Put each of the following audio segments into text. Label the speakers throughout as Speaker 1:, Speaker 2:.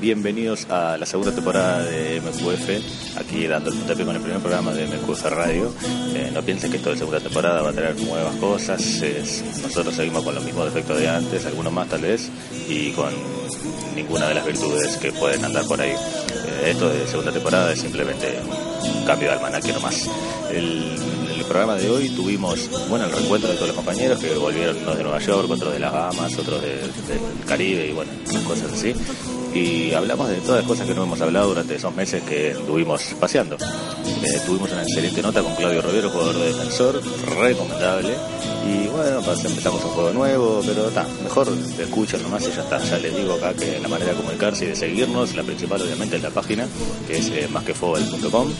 Speaker 1: Bienvenidos a la segunda temporada de MQF, aquí dando el puntapié con el primer programa de MQF Radio. Eh, no piensen que toda la segunda temporada va a tener nuevas cosas. es- nosotros seguimos con los mismos defectos de antes, algunos más tal vez, y con ninguna de las virtudes que pueden andar por ahí. Eh, esto de segunda temporada es simplemente un cambio de almanaque nomás. El, el programa de hoy tuvimos, bueno, el reencuentro de todos los compañeros que volvieron, unos de Nueva York, otros de las Bahamas, otros de- del Caribe y bueno, cosas así. Y hablamos de todas las cosas que no hemos hablado durante esos meses que estuvimos paseando. Eh, tuvimos una excelente nota con Claudio Rivero, jugador de defensor, recomendable. Y bueno, pues empezamos un juego nuevo, pero está, mejor te escuchan nomás y ya está. Ya les digo acá que la manera de comunicarse y de seguirnos, la principal obviamente es la página, que es eh, masquefobal.com.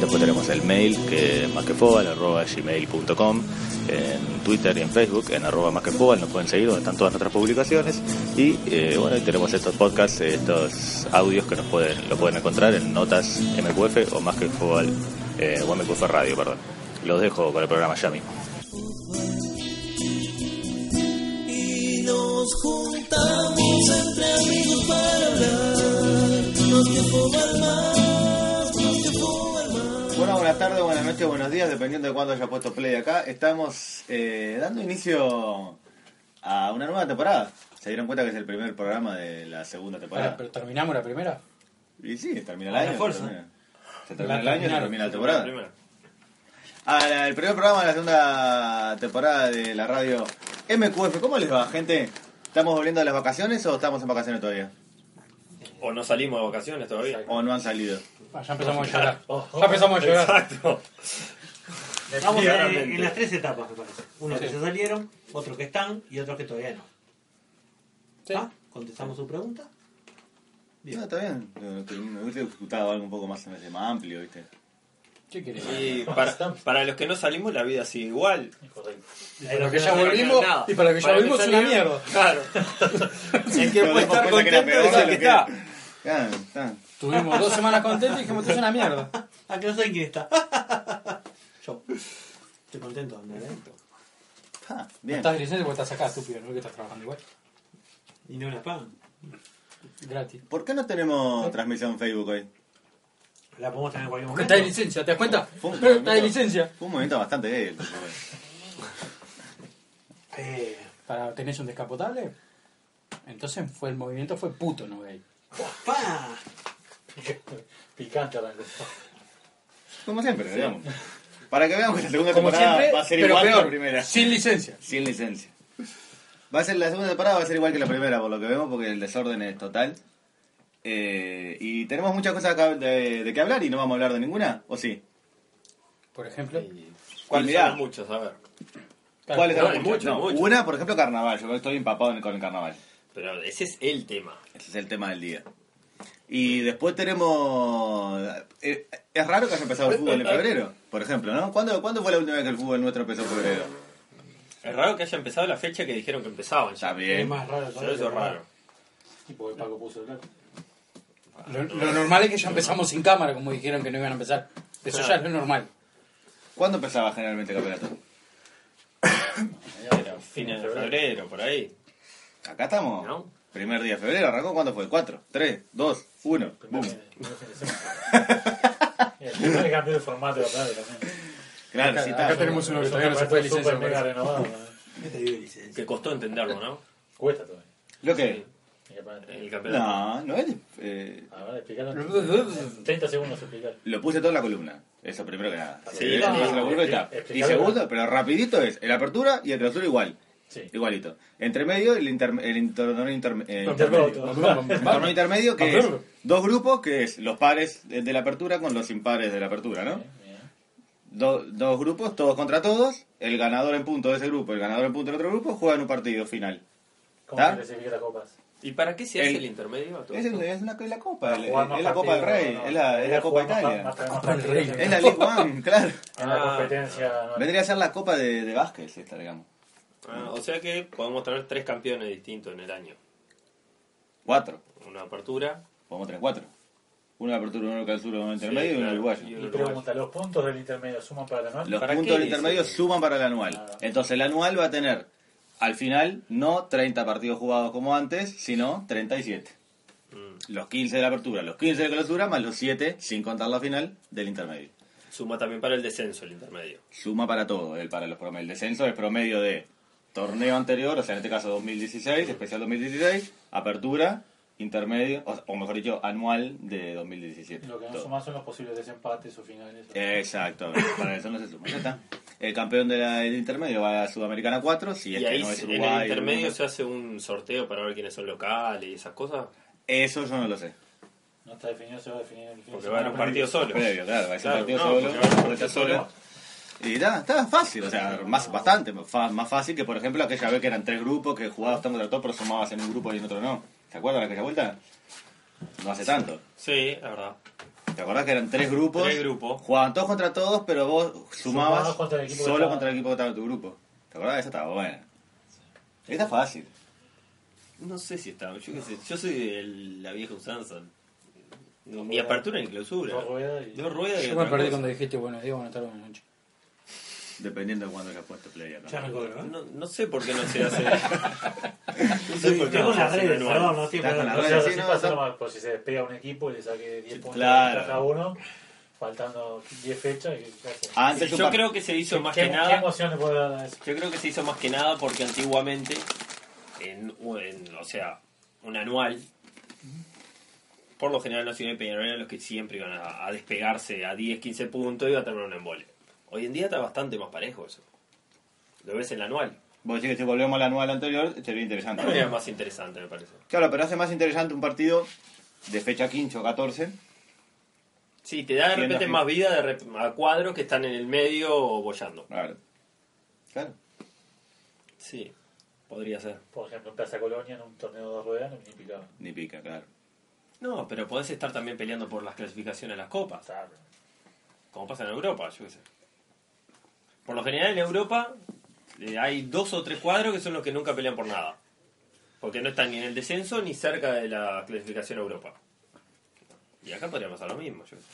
Speaker 1: Después tenemos el mail, que es masquefobal, arroba gmail.com. En Twitter y en Facebook, en arroba masquefobal, nos pueden seguir donde están todas nuestras publicaciones. Y eh, bueno, y tenemos estos podcasts, eh, estos audios que nos pueden, lo pueden encontrar en notas MQF o masquefobal, eh, o MQF Radio, perdón. Los dejo con el programa ya mismo.
Speaker 2: Y nos juntamos entre amigos para hablar. Nos que fuman más, nos que fuman más.
Speaker 3: Bueno, buenas tardes, buenas noches, buenos días, dependiendo de cuándo haya puesto play acá. Estamos eh, dando inicio a una nueva temporada. Se dieron cuenta que es el primer programa de la segunda
Speaker 4: Pará,
Speaker 3: temporada.
Speaker 4: pero terminamos la primera.
Speaker 3: Y sí, termina el
Speaker 4: Con
Speaker 3: año. Se
Speaker 4: esfuerzo.
Speaker 3: termina, se termina
Speaker 4: La
Speaker 3: el año, se
Speaker 4: terminaron.
Speaker 3: termina la temporada. Ah, la- el primer programa de la segunda temporada de la radio MQF. ¿Cómo les va, gente? ¿Estamos volviendo de las vacaciones o estamos en vacaciones todavía?
Speaker 5: O no salimos de vacaciones todavía.
Speaker 3: ¿O no han salido?
Speaker 4: Ah, ya empezamos a llorar. Ya empezamos a llorar.
Speaker 5: Exacto.
Speaker 6: Estamos en,
Speaker 5: Claramente.
Speaker 6: eh, en las tres etapas, me parece. Unos que
Speaker 4: Sí.
Speaker 6: se salieron, otros que están y otros que todavía no.
Speaker 4: Sí.
Speaker 6: ¿Ah? ¿Contestamos su pregunta? Bien.
Speaker 3: No, está bien. Me hubiese gustado algo un poco más, más amplio, ¿viste?
Speaker 4: ¿Qué querés?
Speaker 5: Y para, para los que no salimos, la vida sigue igual.
Speaker 4: Y para los que ya volvimos, y para los que ya volvimos es una mierda.
Speaker 5: Claro. El que
Speaker 3: Nos
Speaker 5: puede
Speaker 3: dimos
Speaker 5: estar
Speaker 3: cuenta que era
Speaker 5: contento es el
Speaker 3: peor
Speaker 5: que
Speaker 3: de lo
Speaker 5: está.
Speaker 3: Claro, está.
Speaker 4: Tuvimos dos semanas contentos y dijimos, esto es una mierda.
Speaker 6: Ah, que no saben quién está. Yo. Estoy contento, me alegro.
Speaker 3: Ah, bien.
Speaker 4: Estás dirigente porque estás acá, estúpido, no que estás trabajando igual.
Speaker 6: Y no la pagan.
Speaker 4: Gratis.
Speaker 3: ¿Por qué no tenemos transmisión en Facebook hoy?
Speaker 6: La podemos tener en cualquier
Speaker 4: Porque
Speaker 6: momento.
Speaker 4: estás de licencia, ¿te das cuenta?
Speaker 3: Fue un
Speaker 4: Pero estás de
Speaker 3: movimiento-
Speaker 4: licencia.
Speaker 3: Fue un movimiento bastante gay. el-
Speaker 6: Eh,
Speaker 4: Para tener un descapotable. Entonces fue el movimiento fue puto, no gay.
Speaker 6: ¡Pa!
Speaker 4: Picante la
Speaker 3: Como siempre, digamos. Para que veamos que la segunda
Speaker 4: Como
Speaker 3: temporada
Speaker 4: siempre,
Speaker 3: va a ser
Speaker 4: pero
Speaker 3: igual que
Speaker 4: peor.
Speaker 3: la primera.
Speaker 4: Sin licencia.
Speaker 3: Sin licencia. Va a ser la segunda temporada va a ser igual que la primera, por lo que vemos, porque el desorden es total. Eh, y tenemos muchas cosas acá de, de qué hablar y no vamos a hablar de ninguna, ¿o sí?
Speaker 4: Por ejemplo.
Speaker 3: Y
Speaker 5: ¿Cuáles
Speaker 3: mirá,
Speaker 5: son muchos? A ver.
Speaker 3: ¿Cuáles
Speaker 5: no,
Speaker 3: son?
Speaker 5: hay
Speaker 3: muchas?
Speaker 5: mucho,
Speaker 3: No,
Speaker 5: mucho.
Speaker 3: Una, por ejemplo, carnaval. Yo estoy empapado en- con el carnaval.
Speaker 5: Pero ese es el tema.
Speaker 3: Ese es el tema del día. Y después tenemos... eh, Es raro que haya empezado el fútbol en febrero, por ejemplo, ¿no? ¿Cuándo, ¿Cuándo fue la última vez que el fútbol nuestro empezó en febrero?
Speaker 5: Es raro que haya empezado la fecha que dijeron que empezaban.
Speaker 3: Está
Speaker 5: Ya.
Speaker 6: Es
Speaker 3: bien.
Speaker 6: más raro
Speaker 5: Yo eso es raro.
Speaker 4: Tipo que Paco puso el lo, lo normal es que ya empezamos sin cámara, como dijeron que no iban a empezar. Eso ya es lo normal.
Speaker 3: ¿Cuándo empezaba generalmente el campeonato?
Speaker 5: Era fines de febrero, por ahí.
Speaker 3: Acá estamos.
Speaker 5: No.
Speaker 3: Primer día de febrero, ¿arrancó cuándo fue? ¿Cuatro? ¿Tres? ¿Dos? ¿Uno? Boom.
Speaker 7: El cambio de formato de radio también.
Speaker 3: Claro,
Speaker 4: Acá,
Speaker 3: sí,
Speaker 4: acá
Speaker 3: está.
Speaker 4: tenemos uno que todavía no se puede
Speaker 7: Super
Speaker 4: licenciar.
Speaker 7: mega
Speaker 4: por eso.
Speaker 7: renovado. ¿no?
Speaker 6: No te dio licencia.
Speaker 5: Que costó entenderlo, ¿no?
Speaker 7: Cuesta todavía.
Speaker 3: ¿Lo que?
Speaker 7: Hay que poner-
Speaker 5: El campeonato.
Speaker 3: No, no es... eh,
Speaker 7: A ver, explicarlo. 30 segundos explicar.
Speaker 3: lo puse todo en la columna. Eso primero que nada.
Speaker 5: Sí,
Speaker 3: Eh,
Speaker 5: no,
Speaker 3: eso en la columna está.
Speaker 7: explicalo.
Speaker 3: Y segundo, pero rapidito es el apertura y el clausura igual.
Speaker 6: Sí.
Speaker 3: Igualito. Entre medio, el, inter- el intertorneo interme- eh, intermedio. Torneo
Speaker 4: Intermedio.
Speaker 3: intermedio que es
Speaker 4: Apertura.
Speaker 3: dos grupos, que es los pares de de la apertura con los impares de la apertura, ¿no? Do- dos grupos, todos contra todos, el ganador en punto de ese grupo, el ganador en punto del otro grupo, juegan un partido final.
Speaker 6: ¿Cómo
Speaker 3: ¿Ah?
Speaker 6: se clasifica las copas?
Speaker 5: ¿Y para qué se hace
Speaker 3: El-
Speaker 5: el, intermedio? a todo
Speaker 3: Es,
Speaker 5: esto?
Speaker 3: el- es una- es la Copa, el- es
Speaker 6: Jugar más
Speaker 3: la Copa del
Speaker 6: partidos,
Speaker 3: Rey,
Speaker 6: no, no.
Speaker 3: es la, es la Copa
Speaker 6: Jugar más pa-
Speaker 3: Italia,
Speaker 6: más- más
Speaker 4: Copa del
Speaker 6: partidos
Speaker 4: Rey.
Speaker 3: es la League One, claro.
Speaker 6: En la
Speaker 5: Ah.
Speaker 6: competencia. ¿no?
Speaker 3: Vendría a ser la Copa de, de Vázquez, esta, digamos.
Speaker 5: Ah, o sea que podemos tener tres campeones distintos en el año.
Speaker 3: Cuatro,
Speaker 5: Una apertura.
Speaker 3: podemos tener cuatro. Uno de apertura, uno de clausura, uno de intermedio y uno de
Speaker 5: claro,
Speaker 3: uruguayo.
Speaker 5: y
Speaker 6: Y
Speaker 5: uno
Speaker 6: pregunta, ¿los puntos del intermedio suman para la anual?
Speaker 3: Los
Speaker 5: ¿Para
Speaker 3: puntos
Speaker 5: qué
Speaker 3: del
Speaker 5: dice?
Speaker 3: intermedio suman para el anual.
Speaker 6: Ah.
Speaker 3: Entonces el anual va a tener, al final, no 30 partidos jugados como antes, sino 37.
Speaker 5: Mm.
Speaker 3: Los 15 de la apertura, los 15 de la clausura, más los 7, sin contar la final, del intermedio.
Speaker 5: Suma también para el descenso el intermedio.
Speaker 3: Suma para todo, el, para los promedios. El descenso es promedio de torneo anterior, o sea, en este caso 2016, especial 2016, apertura, intermedio, o, o mejor dicho, anual de 2017.
Speaker 6: Lo que no
Speaker 3: Todo. Eh.
Speaker 6: suman son los posibles desempates o finales.
Speaker 3: Exacto, para eso no se suma. Ya está. El campeón del intermedio va a Sudamericana 4, si es
Speaker 5: y
Speaker 3: que
Speaker 5: ahí
Speaker 3: no es
Speaker 5: se-
Speaker 3: Uruguay.
Speaker 5: en el intermedio
Speaker 3: Uruguay.
Speaker 5: se hace un sorteo para ver quiénes son locales y esas cosas.
Speaker 3: Eso yo no lo sé.
Speaker 6: No está definido, se va a definir el fin de
Speaker 5: Porque
Speaker 6: semana
Speaker 5: van a un partido solo.
Speaker 3: Previo, claro, va a ser
Speaker 5: Claro,
Speaker 3: un partido
Speaker 5: no,
Speaker 3: solo,
Speaker 5: porque va a ser un partido
Speaker 3: solo.
Speaker 5: solo.
Speaker 3: Y está, está fácil, o sea, más, bastante fa- más fácil que, por ejemplo, aquella vez que eran tres grupos que jugabas tan contra todos, pero sumabas en un grupo y en otro no. ¿Se acuerdan de aquella vuelta? No hace tanto.
Speaker 5: Sí, la verdad.
Speaker 3: ¿Te acordás que eran tres grupos?
Speaker 5: Tres grupos.
Speaker 3: Jugaban todos contra todos, pero vos sumabas
Speaker 6: Sumabas contra el equipo que
Speaker 3: solo
Speaker 6: estaba-
Speaker 3: contra el equipo que estaba en tu grupo. ¿Te acordás? Esa estaba buena. Esta es fácil.
Speaker 5: No sé si está. Yo qué sé. Yo soy de la vieja usanza. Ni apertura ni clausura.
Speaker 6: Dos ruedas y-
Speaker 5: Dos ruedas y
Speaker 4: Yo me
Speaker 5: otra
Speaker 4: perdí
Speaker 5: cosa.
Speaker 4: cuando dijiste buenos días, buenas tardes, buenas noches.
Speaker 3: Dependiendo de cuándo hayas puesto play acá.
Speaker 8: Ya me
Speaker 6: ¿eh?
Speaker 8: acuerdo,
Speaker 5: No,
Speaker 8: ¿no?
Speaker 5: no sé por qué no se hace. no sé por qué
Speaker 8: Está
Speaker 5: no
Speaker 8: con
Speaker 5: se
Speaker 8: las
Speaker 5: hace
Speaker 8: redes,
Speaker 5: manual.
Speaker 8: perdón, no estoy
Speaker 3: Está con las
Speaker 6: O
Speaker 3: redes.
Speaker 8: perdón.
Speaker 6: sea,
Speaker 3: sí,
Speaker 6: así
Speaker 3: no,
Speaker 6: pasa
Speaker 3: no.
Speaker 6: nomás, por si se despega un equipo y le saque 10 puntos
Speaker 3: claro.
Speaker 6: a cada uno, faltando 10 fechas. Y, ¿qué hace?
Speaker 3: Antes un
Speaker 5: Yo
Speaker 3: par-
Speaker 5: creo que se hizo Ah, más
Speaker 6: ¿Qué,
Speaker 5: que
Speaker 6: qué
Speaker 5: nada.
Speaker 6: emoción le puede dar a eso?
Speaker 5: Yo creo que se hizo más que nada porque antiguamente, en, en- o sea, un anual, por lo general Nacional y Peñarol eran los que siempre iban a, a despegarse a 10, 15 puntos y iba a tener un embole. Hoy en día está bastante más parejo eso. Lo ves en el anual.
Speaker 3: Vos decís que si volvemos al anual anterior, sería interesante.
Speaker 5: Era más interesante, me parece.
Speaker 3: Claro, pero hace más interesante un partido de fecha 15 o 14.
Speaker 5: Sí, te da de
Speaker 3: Siendo
Speaker 5: repente
Speaker 3: que-
Speaker 5: más vida de rep- a cuadros que están en el medio bollando.
Speaker 3: Claro. Claro.
Speaker 5: Sí, podría ser.
Speaker 6: Por ejemplo, en Plaza Colonia, en un torneo de dos ruedas, no significaba.
Speaker 3: Ni pica, claro.
Speaker 5: No, pero podés estar también peleando por las clasificaciones a las copas, como pasa en Europa, yo qué sé. Por lo general en Europa eh, hay dos o tres cuadros que son los que nunca pelean por nada. Porque no están ni en el descenso ni cerca de la clasificación a Europa. Y acá podría pasar lo mismo, yo qué sé.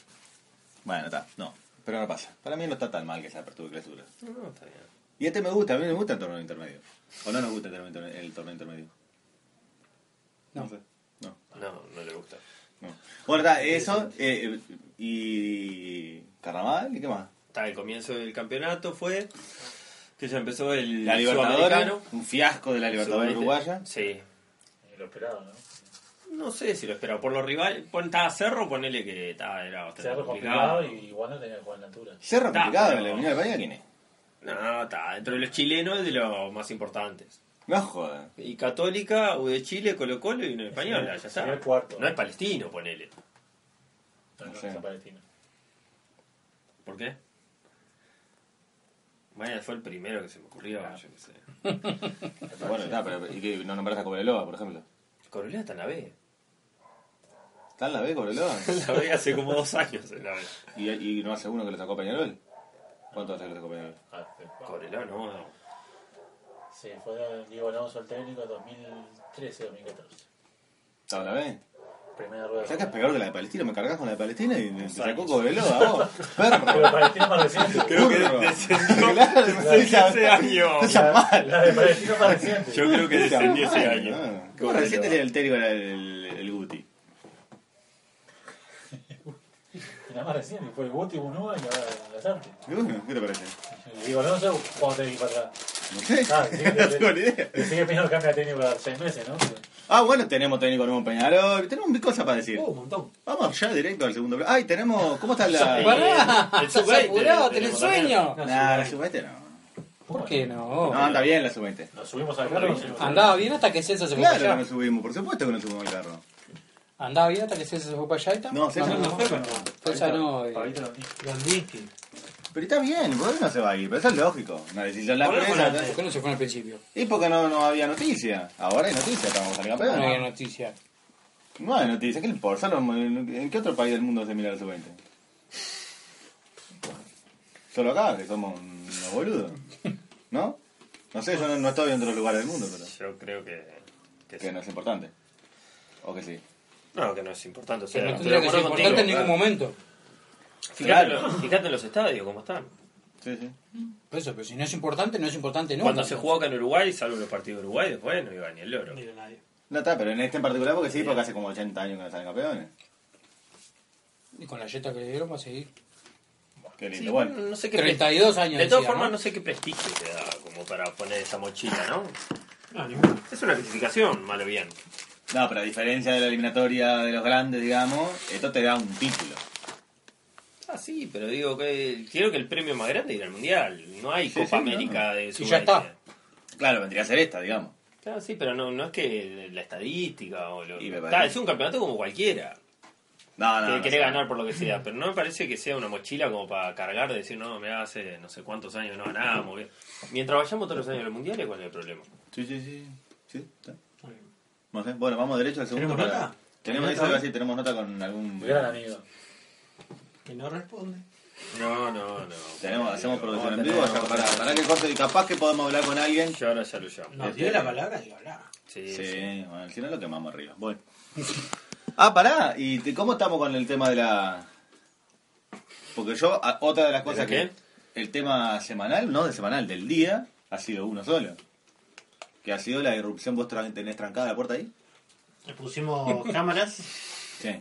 Speaker 3: Bueno, está. No. Pero no pasa. Para mí no está tan mal que sea apertura y clausura.
Speaker 5: No, no, está bien.
Speaker 3: Y este me gusta, a mí me gusta el torneo intermedio. ¿O no nos gusta el torneo intermedio? El torneo intermedio?
Speaker 4: No.
Speaker 3: sé. No.
Speaker 5: No, no le gusta.
Speaker 3: no. Bueno, está, eso. eh, eh, y. Carnaval, ¿y qué más?
Speaker 5: Está, el comienzo del campeonato fue que ya empezó el
Speaker 3: La Libertadores.
Speaker 5: sudamericano.
Speaker 3: Un fiasco de la Libertadores
Speaker 5: Sub-20.
Speaker 3: uruguaya.
Speaker 5: Sí.
Speaker 6: Y lo esperaba, ¿no?
Speaker 5: No sé si lo esperaba. Por los rivales, pon- estaba Cerro, ponele que estaba, era bastante
Speaker 6: Cerro
Speaker 5: complicado.
Speaker 6: complicado y Wanda tenía que jugar en altura.
Speaker 3: Cerro
Speaker 5: Está,
Speaker 3: complicado,
Speaker 5: pero-
Speaker 3: ¿la Unión Española quién es?
Speaker 5: No, está, dentro de los chilenos es de los más importantes.
Speaker 3: No joda.
Speaker 5: Y Católica, U de Chile, Colo Colo y una española, ya está.
Speaker 6: sería el cuarto.
Speaker 5: No es palestino, ponele.
Speaker 6: No,
Speaker 3: No
Speaker 6: no,
Speaker 3: sé.
Speaker 6: es Palestina.
Speaker 5: ¿Por qué? Vaya, fue el primero que se me ocurrió, yo qué sé.
Speaker 3: Bueno, está, pero. ¿Y qué? ¿No nombraste a Cobreloa, por ejemplo?
Speaker 5: Corolea está en la B.
Speaker 3: ¿Está en la B, Cobreloa?
Speaker 5: La B hace como dos años en la B.
Speaker 3: ¿Y, y no hace uno que lo sacó Peñarol? ¿Cuánto hace que lo sacó Peñarol?
Speaker 6: Ah, sí, fue-
Speaker 5: Corolea no, no.
Speaker 6: Sí, fue Diego Alonso el técnico 2013-2014.
Speaker 3: ¿Estaba en la B?
Speaker 6: Primera rueda.
Speaker 3: O sea que es peor que la de Palestina, me cargas con la de Palestina y me sacó
Speaker 5: años.
Speaker 3: Cobreloa, vos. Perro.
Speaker 6: Pero Palestina más reciente.
Speaker 5: Creo que
Speaker 3: Burro.
Speaker 5: descendió
Speaker 3: Claro,
Speaker 5: descendió ese año.
Speaker 3: No seas mal.
Speaker 6: La de Palestina más reciente.
Speaker 5: Yo creo que
Speaker 3: No seas
Speaker 5: descendió ese
Speaker 3: mal,
Speaker 5: año.
Speaker 3: ¿no? Ah. ¿Cómo
Speaker 5: Corolea.
Speaker 3: recién tenía el técnico era el, el Guti?
Speaker 6: Y la más reciente fue Guti, Bunúa y ahora Lazarte.
Speaker 3: Y bueno, ¿Qué te parece?
Speaker 6: Y Diego Alonso, ¿cuándo te vi para atrás?
Speaker 3: No sé,
Speaker 6: Ah, sí,
Speaker 3: no tengo ni idea.
Speaker 6: Le sigue pidiendo cambio de técnico cada seis meses, ¿no?
Speaker 3: Ah, bueno, tenemos técnico nuevo en Peñarol, tenemos mil cosas para decir.
Speaker 6: Uh,
Speaker 8: Oh, un montón.
Speaker 3: Vamos ya directo al segundo bloque. Ay, tenemos... ¿Cómo está la...?
Speaker 5: Pará.
Speaker 4: ¡Pará!
Speaker 5: el
Speaker 4: ¡Se
Speaker 5: sub-veinte
Speaker 4: apuró!
Speaker 5: tenemos
Speaker 4: ¡Tenés
Speaker 5: también.
Speaker 4: sueño!
Speaker 3: Nah, la subeste no.
Speaker 6: ¿Por
Speaker 4: que no.
Speaker 1: No, anda bien la sub-20.
Speaker 6: Nos subimos al carro. y nos subimos al-
Speaker 4: Andaba bien hasta que César se fue
Speaker 1: Claro
Speaker 4: para
Speaker 1: que
Speaker 4: allá.
Speaker 1: no subimos, por supuesto que no subimos el carro.
Speaker 4: Andaba bien hasta que César se fue para allá. y tam-
Speaker 1: No, César no
Speaker 4: no. César no. eh,
Speaker 6: Pavito no.
Speaker 8: Gandhi.
Speaker 1: Pero está bien, ¿por qué no se va a ir? Pero eso es lógico. Una decisión la
Speaker 5: Por algo
Speaker 1: empresa.
Speaker 5: no
Speaker 4: ¿Por qué no se fue al principio?
Speaker 1: Y porque no, no había noticia. Ahora hay noticia, estamos saliendo
Speaker 4: No había
Speaker 1: campeones.
Speaker 4: noticia.
Speaker 1: No hay noticia, ¿qué le importa? Solo en- ¿En qué otro país del mundo se mira el sub-20? Solo acá, que somos unos boludos. ¿No? No sé, yo no, no estoy en otros lugares del mundo, pero.
Speaker 5: Yo creo que. que sí.
Speaker 1: Que no es importante. O que sí.
Speaker 5: No, que no es importante. O
Speaker 4: Que
Speaker 5: sea,
Speaker 4: no
Speaker 5: estoy
Speaker 4: tendría
Speaker 5: de
Speaker 4: que ser
Speaker 5: acuerdo
Speaker 4: importante
Speaker 5: contigo.
Speaker 4: en ningún momento.
Speaker 5: Fijate, en los- fijate en los estadios, cómo están.
Speaker 1: Sí, sí.
Speaker 4: Por eso, pero si no es importante, no es importante nunca.
Speaker 5: Cuando se jugó acá en Uruguay, salvo los partidos de Uruguay, después no iba ni el loro.
Speaker 8: Mira nadie.
Speaker 1: No está, pero en este en particular porque sí, porque hace como 80 años que no salen campeones.
Speaker 4: Y con la yeta que le dieron va a seguir.
Speaker 1: Qué lindo.
Speaker 5: Sí,
Speaker 1: bueno,
Speaker 5: no sé qué
Speaker 4: 32
Speaker 5: presti-
Speaker 4: años.
Speaker 5: De todas
Speaker 4: decía,
Speaker 5: formas, ¿no? sé qué prestigio te da como para poner esa mochila, ¿no?
Speaker 8: No, ninguno.
Speaker 5: Es una clasificación, malo bien.
Speaker 1: No, pero a diferencia de la eliminatoria de los grandes, digamos, esto te da un título.
Speaker 5: Ah, sí, pero digo que creo que el premio más grande era el Mundial. No hay
Speaker 1: Sí,
Speaker 5: Copa
Speaker 1: sí,
Speaker 5: América
Speaker 1: claro.
Speaker 4: ya
Speaker 5: de su
Speaker 4: está.
Speaker 1: Claro, vendría a ser esta, digamos.
Speaker 5: Claro, sí, pero no, no es que la estadística o lo...
Speaker 1: Y me
Speaker 5: Está,
Speaker 1: parece-
Speaker 5: es un campeonato como cualquiera.
Speaker 1: No, no.
Speaker 5: que
Speaker 1: no
Speaker 5: quiere
Speaker 1: sé.
Speaker 5: ganar por lo que sea, pero no me parece que sea una mochila como para cargar, de decir, no, me hace no sé cuántos años no ganamos. que- Mientras vayamos todos los años al mundial, ¿cuál es el problema?
Speaker 1: Sí, sí, sí. Sí, está. No sé. Bueno, vamos derecho al segundo.
Speaker 8: ¿Tenemos
Speaker 1: para-
Speaker 8: nota?
Speaker 1: Tenemos
Speaker 8: ¿Tenemos
Speaker 1: eso,
Speaker 8: nota?
Speaker 1: así, tenemos nota con algún.
Speaker 6: Gran amigo.
Speaker 8: Que no responde.
Speaker 5: No, no, no.
Speaker 1: Tenemos, hacemos producción en
Speaker 5: No,
Speaker 1: vivo,
Speaker 5: no,
Speaker 1: ya,
Speaker 5: no.
Speaker 1: para, para que corte y capaz que podemos hablar con alguien.
Speaker 5: Yo ahora ya lo llamo.
Speaker 8: No,
Speaker 1: Este-
Speaker 8: dio la palabra y hablaba.
Speaker 5: Sí,
Speaker 1: Sí,
Speaker 5: sí.
Speaker 1: bueno, si no lo quemamos arriba. Bueno. Ah, pará, ¿y te- cómo estamos con el tema de la.? Porque yo, a- otra de las cosas
Speaker 5: qué?
Speaker 1: que. El tema semanal, no de semanal, del día, ha sido uno solo. Que ha sido la irrupción, vos tran- tenés trancada la puerta ahí.
Speaker 8: Le pusimos cámaras
Speaker 1: Sí.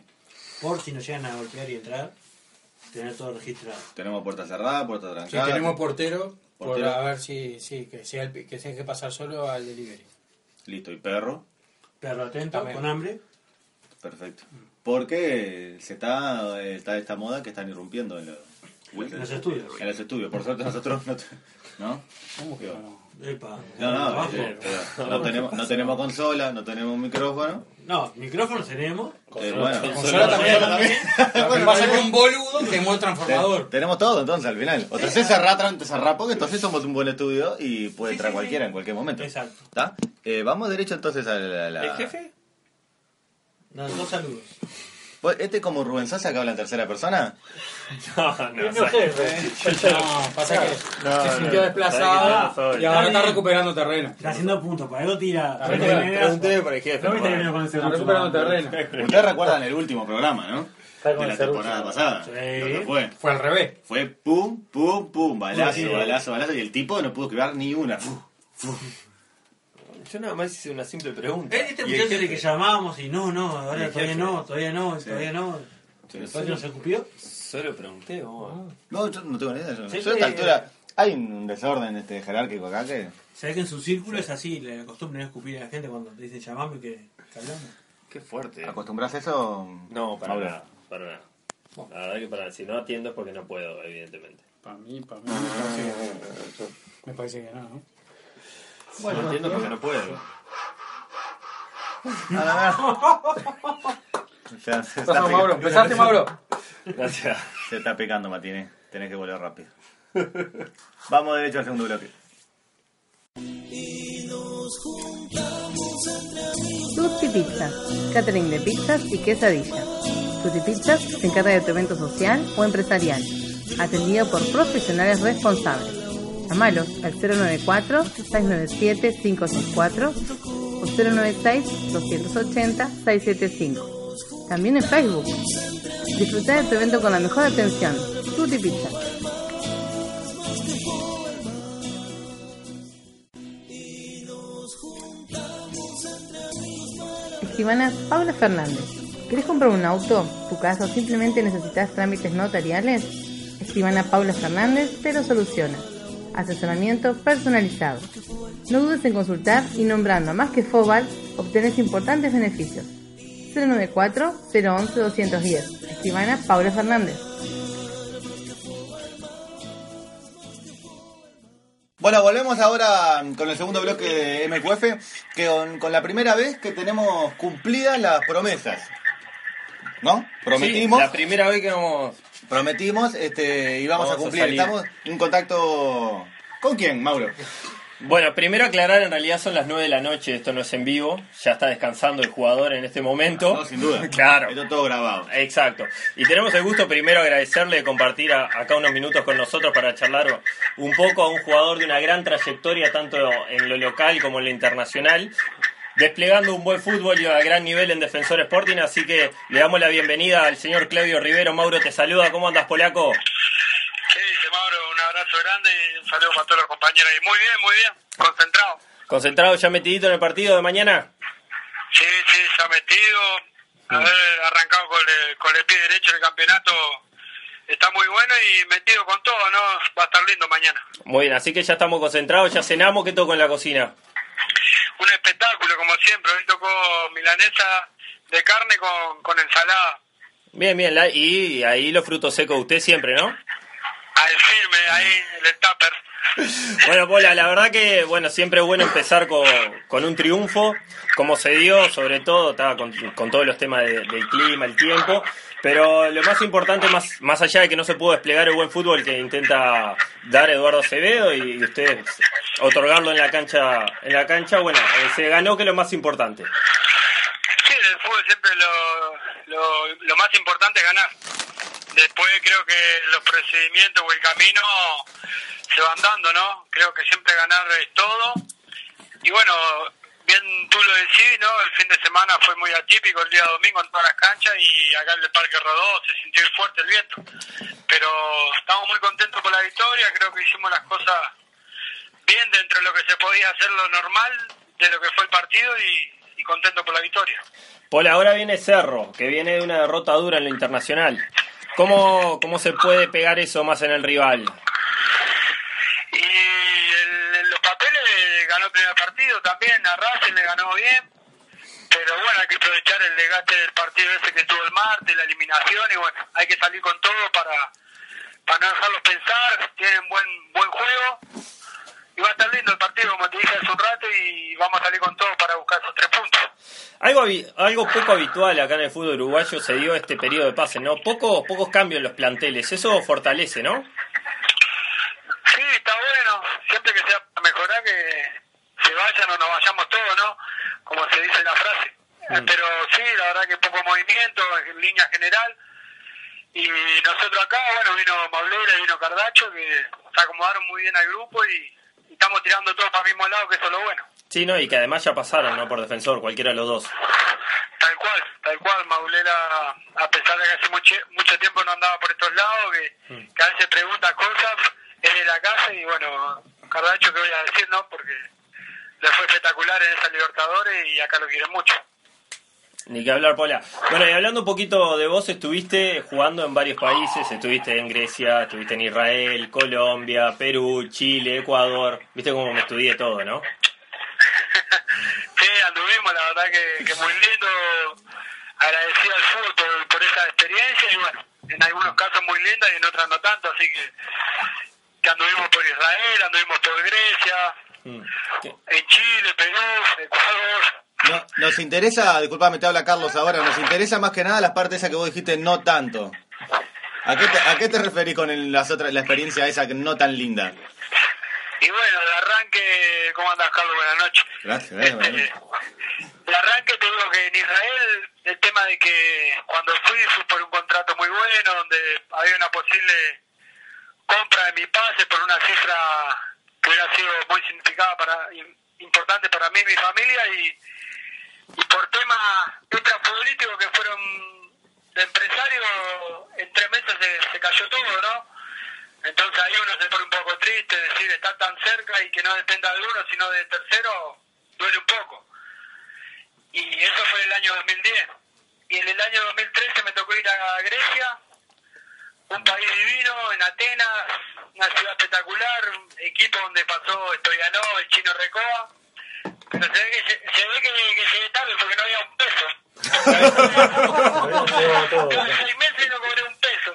Speaker 8: por si nos llegan a golpear y entrar, tener todo registrado.
Speaker 1: Tenemos puerta cerrada, puerta
Speaker 4: Si
Speaker 1: trancada.
Speaker 4: tenemos portero, por
Speaker 1: Portero.
Speaker 4: a ver si, si que sea el, que se deje pasar solo al delivery.
Speaker 1: Listo, y perro.
Speaker 8: Perro atento,
Speaker 4: También.
Speaker 8: con hambre.
Speaker 1: Perfecto. Porque se está, eh, está esta moda que están irrumpiendo en, los-
Speaker 8: En los estudios.
Speaker 1: En los estudios, por suerte nosotros no. te- ¿No?
Speaker 4: ¿Cómo que no?
Speaker 8: Epa,
Speaker 1: No, no,
Speaker 8: abajo.
Speaker 1: eh, pero no tenemos, no tenemos consola, no tenemos micrófono.
Speaker 8: No, micrófonos tenemos.
Speaker 1: Eh, bueno,
Speaker 4: Consola también. Lo que pasa es que un boludo quemó el
Speaker 1: te-
Speaker 4: transformador.
Speaker 1: tenemos todo entonces al final. O te haces cerrar, tra- te cerrar, porque entonces somos un buen estudio y puede
Speaker 8: Sí,
Speaker 1: entrar
Speaker 8: sí,
Speaker 1: cualquiera
Speaker 8: sí.
Speaker 1: en cualquier momento.
Speaker 8: Exacto.
Speaker 1: ¿Está? Eh, vamos derecho entonces a la... la-
Speaker 5: ¿El jefe?
Speaker 8: No, dos saludos.
Speaker 1: Vos- Este es como Rubén Sosa que habla en tercera persona.
Speaker 5: No, no,
Speaker 6: No
Speaker 5: o sea,
Speaker 6: sé,
Speaker 4: No,
Speaker 6: pero-
Speaker 4: pasa que se sintió desplazado y ahora está recuperando terreno.
Speaker 8: Está haciendo puntos, para algo tira.
Speaker 4: A ver,
Speaker 8: Pero
Speaker 4: pregunté-
Speaker 8: no me
Speaker 9: por el jefe.
Speaker 8: terminó con ese
Speaker 4: Está
Speaker 8: rucho,
Speaker 4: recuperando
Speaker 8: no.
Speaker 4: terreno.
Speaker 1: Ustedes recuerdan el último programa, ¿no?
Speaker 6: Está
Speaker 1: De
Speaker 6: con
Speaker 1: la
Speaker 6: el serrucho.
Speaker 1: temporada pasada.
Speaker 8: Sí.
Speaker 1: Lo que fue.
Speaker 4: Fue al revés.
Speaker 1: Fue pum, pum, pum,
Speaker 8: Sí.
Speaker 1: balazo, balazo, balazo. Y el tipo no pudo esquivar ni una. Fu, fu.
Speaker 5: Yo nada más hice una simple pregunta.
Speaker 8: Es este
Speaker 5: ¿Y el
Speaker 8: muchacho
Speaker 5: jefe?
Speaker 8: de que llamábamos y no, no,
Speaker 5: ¿Y
Speaker 8: ahora
Speaker 5: el
Speaker 8: todavía
Speaker 5: jefe?
Speaker 8: no, todavía no, todavía no. ¿Entonces no se ocupió?
Speaker 5: Solo pregunté, vos.
Speaker 1: No, yo no tengo ni idea. Yo,
Speaker 8: Sí,
Speaker 1: yo a esta
Speaker 8: sí.
Speaker 1: altura hay un desorden este jerárquico acá que.
Speaker 8: Se ve que en su círculo es así, la costumbre es escupir a la gente cuando te dicen llamame que, que hablamos.
Speaker 5: Qué fuerte.
Speaker 1: ¿Acostumbras eso?
Speaker 5: No, para
Speaker 1: Pablo?
Speaker 5: nada. Ah, Para nada. La verdad que para, si no atiendo es porque no puedo, evidentemente.
Speaker 4: Para mí, para mí. me
Speaker 3: Ah,
Speaker 4: parece- Me parece que no, ¿no?
Speaker 5: no atiendo porque no puedo.
Speaker 1: O sea, se, está
Speaker 4: Pasó,
Speaker 1: pica-
Speaker 4: Mauro. ¿Empezaste, Mauro?
Speaker 5: Gracias.
Speaker 1: se está picando, Martínez. Tenés que volver rápido. Vamos derecho al segundo bloque.
Speaker 10: Tutti Pizza, catering de pizzas y quesadillas. Tutti Pizzas se encarga de tu evento social o empresarial, atendido por profesionales responsables. Llámalos al 094-697-564 o 096-280-675. También en Facebook. Disfruta de tu evento con la mejor atención. Tutti Pizza. Estimana Paula Fernández, ¿querés comprar un auto, tu casa o simplemente necesitas trámites notariales? Estimana Paula Fernández te lo soluciona. Asesoramiento personalizado. No dudes en consultar y nombrando a más que Fobal obtenés importantes beneficios. 094-011-210. Estimana Paula Fernández.
Speaker 3: Bueno, volvemos ahora con el segundo bloque de MQF, que con, con la primera vez que tenemos cumplidas las promesas. ¿No? Prometimos.
Speaker 5: Sí, la primera vez que vamos.
Speaker 3: Prometimos este, y vamos, a
Speaker 5: Vamos a
Speaker 3: cumplir.
Speaker 5: salir.
Speaker 3: Estamos en contacto. ¿Con quién, Mauro?
Speaker 5: Bueno, primero aclarar, en realidad son las 9 de la noche, esto no es en vivo, ya está descansando el jugador en este momento.
Speaker 3: No, sin duda.
Speaker 5: Claro.
Speaker 3: Esto todo grabado.
Speaker 5: Exacto. Y tenemos el gusto primero agradecerle de compartir a- acá unos minutos con nosotros para charlar un poco a un jugador de una gran trayectoria tanto en lo local como en lo internacional, desplegando un buen fútbol y a gran nivel en Defensor Sporting, así que le damos la bienvenida al señor Claudio Rivero. Mauro te saluda, ¿cómo andas polaco?
Speaker 8: ¿Qué dice Mauro? Un abrazo grande y un saludo para todos los compañeros. Y muy bien, muy bien, concentrado.
Speaker 5: ¿Concentrado ya metidito en el partido de mañana?
Speaker 8: Sí, sí, se ha metido. Haber arrancado con el, con el pie derecho el campeonato está muy bueno y metido con todo, ¿no? Va a estar lindo mañana.
Speaker 5: Muy bien, así que ya estamos concentrados, ya cenamos, ¿qué toco en la cocina?
Speaker 8: Un espectáculo, como siempre. Hoy tocó milanesa de carne con, con ensalada.
Speaker 5: Bien, bien, la- y ahí los frutos secos de usted siempre, ¿no?
Speaker 8: Al firme, ahí, en el tupper.
Speaker 5: Bueno, Pola, la verdad que, bueno, siempre es bueno empezar con, con un triunfo, como se dio, sobre todo, estaba con, con todos los temas de- del clima, el tiempo, pero lo más importante, más, más allá de que no se pudo desplegar el buen fútbol que intenta dar Eduardo Acevedo y, y ustedes otorgarlo en la cancha, en la cancha, bueno, eh, se ganó que es lo más importante.
Speaker 8: Sí, en el fútbol siempre lo, lo, lo más importante es ganar. Después creo que los procedimientos o el camino se van dando, ¿no? Creo que siempre ganar es todo. Y bueno, bien tú lo decís, ¿no? El fin de semana fue muy atípico, el día domingo en todas las canchas y acá en el Parque Rodó se sintió fuerte el viento. Pero estamos muy contentos por la victoria, creo que hicimos las cosas bien dentro de lo que se podía hacer, lo normal de lo que fue el partido y, y contento por la victoria.
Speaker 5: Pola, ahora viene Cerro, que viene de una derrota dura en lo internacional. ¿Cómo, cómo se puede pegar eso más en el rival?
Speaker 8: Y el- en los papeles eh, ganó el primer partido también, a Racing le ganó bien, pero bueno, hay que aprovechar el desgaste del partido ese que tuvo el martes, la eliminación, y bueno, hay que salir con todo para, para no dejarlos pensar, tienen buen, buen juego, y va a estar lindo el partido, como te dije hace un rato, y vamos a salir con todo para buscar esos tres puntos.
Speaker 5: Algo, habi- algo poco habitual acá en el fútbol uruguayo se dio este periodo de pase, ¿no? Pocos, pocos cambios en los planteles, eso fortalece, ¿no?
Speaker 8: Sí, está bueno. Siempre que sea para mejorar, que se vayan o nos vayamos todos, ¿no? Como se dice en la frase. Eh, Pero sí, la verdad que poco movimiento en línea general. Y nosotros acá, bueno, vino Maulera y vino Cardacho, que se acomodaron muy bien al grupo y, y estamos tirando todos para el mismo lado, que eso es lo bueno.
Speaker 5: Sí, ¿no? Y que además ya pasaron, ¿no? Por defensor, cualquiera de los dos.
Speaker 8: Tal cual, tal cual. Maulera, a pesar de que hace mucho, mucho tiempo no andaba por estos lados, que, que a veces pregunta cosas, él de la casa y bueno, Cardacho, que voy a decir, no? Porque le fue espectacular en esa Libertadores y acá lo quieren mucho.
Speaker 5: Ni que hablar, Pola. Bueno, y hablando un poquito de vos, estuviste jugando en varios países, estuviste en Grecia, estuviste en Israel, Colombia, Perú, Chile, Ecuador. Viste cómo me estudié todo, ¿no?
Speaker 8: Sí, anduvimos, la verdad que, que muy lindo. Agradecido al fútbol por, por esa experiencia y bueno, en algunos casos muy linda y en otras no tanto, así que, que anduvimos por Israel, anduvimos por Grecia,
Speaker 5: Mm. ¿Qué?
Speaker 8: en Chile, Perú, Ecuador.
Speaker 3: No- nos interesa, disculpame, te habla Carlos ahora, nos interesa más que nada la parte esa que vos dijiste no tanto. ¿A qué te, a qué te referís con el- las otras, la experiencia esa que no tan linda?
Speaker 8: Y bueno, de arranque, ¿cómo andas, Carlos? Buenas noches.
Speaker 3: Gracias, eh,
Speaker 8: Este,
Speaker 3: bueno.
Speaker 8: de arranque te digo que en Israel, el tema de que cuando fui fui por un contrato muy bueno, donde había una posible compra de mi pase por una cifra que hubiera sido muy significada para importante para mí y mi familia y, y por temas extrafutbolísticos que fueron de empresario, en tres meses se, se cayó todo, ¿no? Entonces ahí uno se pone un poco triste, decir está tan cerca y que no dependa de uno, sino de tercero, duele un poco. Y eso fue en el año 2010. Y en el año 2013 me tocó ir a Grecia, un país divino, en Atenas, una ciudad espectacular, un equipo donde pasó Estoyanov, el chino Recoba. Pero se ve que, se, se ve que, que llegué tarde porque no había un peso. Estuve seis meses y no cobré un peso.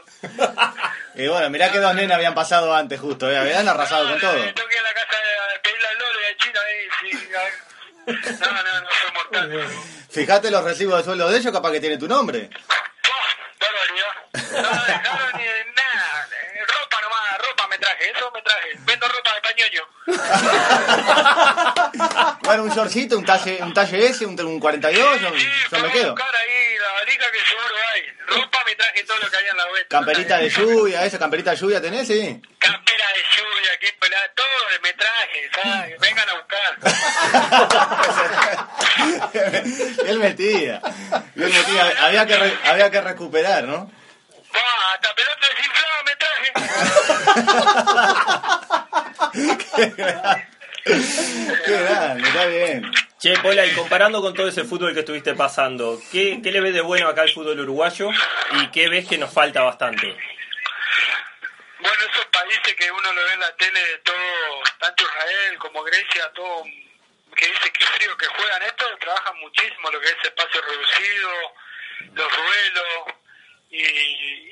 Speaker 3: Y bueno, mirá que dos nenas habían pasado antes justo, ¿eh? habían arrasado con
Speaker 8: Claro,
Speaker 3: todo.
Speaker 8: me toqué a la casa de eh,
Speaker 3: Fijate los recibos de sueldo de ellos, capaz que tiene tu nombre.
Speaker 8: No me dejaron ni de nada. eh, Ropa nomás, ropa me traje, eso me traje. Vendo ropa de pañuelo.
Speaker 3: Bueno, un shortcito, un talle, un talle S, un, un 42, yo, yo me quedo.
Speaker 8: Y la valija que seguro hay. Ropa me traje todo lo que había en la web.
Speaker 3: Camperita de lluvia, esa camperita de lluvia tenés, sí.
Speaker 8: Campera de lluvia, aquí pelada, todo me traje, ¿sabes? Vengan a buscar.
Speaker 3: Él metía. Él metía. Había que, re- había que recuperar, ¿no?
Speaker 8: Ah, hasta pelota desinflada me traje.
Speaker 3: Qué grande. Qué grande, está bien.
Speaker 5: Che, Pola, y comparando con todo ese fútbol que estuviste pasando, ¿qué, qué le ves de bueno acá al fútbol uruguayo y qué ves que nos falta bastante?
Speaker 8: Bueno, esos países que uno lo ve en la tele de todo, tanto Israel como Grecia, todo que dice que frío que juegan esto, trabajan muchísimo lo que es espacio reducido, los duelos y,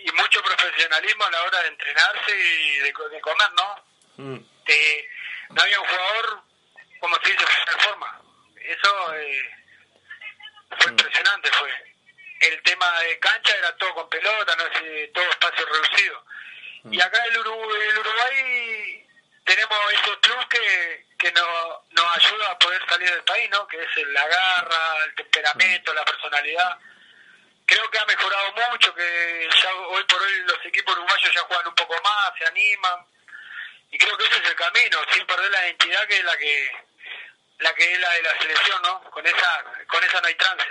Speaker 8: y mucho profesionalismo a la hora de entrenarse y de, co- de comer, ¿no? Te- no había un jugador, como se dice, en forma. Eso eh, fue impresionante, fue. El tema de cancha era todo con pelota, no sé, todo espacio reducido. Y acá el Uruguay, el Uruguay tenemos esos clubes que, que nos, nos ayuda a poder salir del país, ¿no? Que es el- la garra, el temperamento, la personalidad. Creo que ha mejorado mucho, que ya hoy por hoy los equipos uruguayos ya juegan un poco más, se animan. Y creo que ese es el camino, sin perder la identidad que es la que la que es la de la selección, ¿no? Con esa con esa no hay tranza.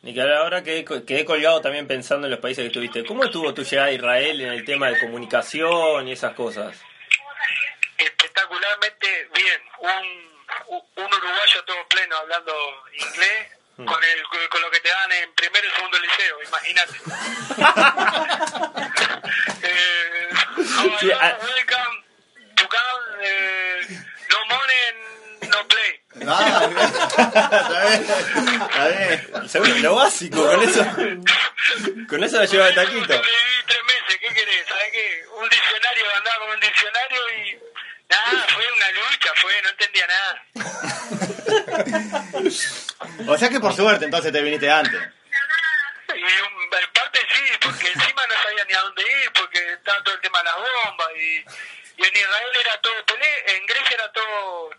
Speaker 5: Ni que ahora que quedé colgado también pensando en los países que estuviste. ¿Cómo estuvo tu llegada a Israel en el tema de comunicación y esas cosas?
Speaker 8: espectacularmente bien. Un, u- un uruguayo todo pleno hablando inglés
Speaker 5: Mm.
Speaker 8: con, el, con lo que te dan en primero y segundo liceo, imagínate. Eh, oh,
Speaker 5: Sí, ah. a-
Speaker 8: welcome to come, eh, no money, no play.
Speaker 3: Ah, está bien, está bien.
Speaker 5: Seguro, lo básico, con eso. Con eso la lleva de taquito.
Speaker 8: ¿Sabes qué? Un diccionario, andaba con un diccionario y nada, fue una lucha, fue, no entendía nada.
Speaker 3: O sea que por suerte entonces te viniste antes.
Speaker 8: Y un- en parte sí, porque encima no sabía ni a dónde ir, porque estaba todo el tema de las bombas. Y, y en Israel era todo pelea, en Grecia era todo,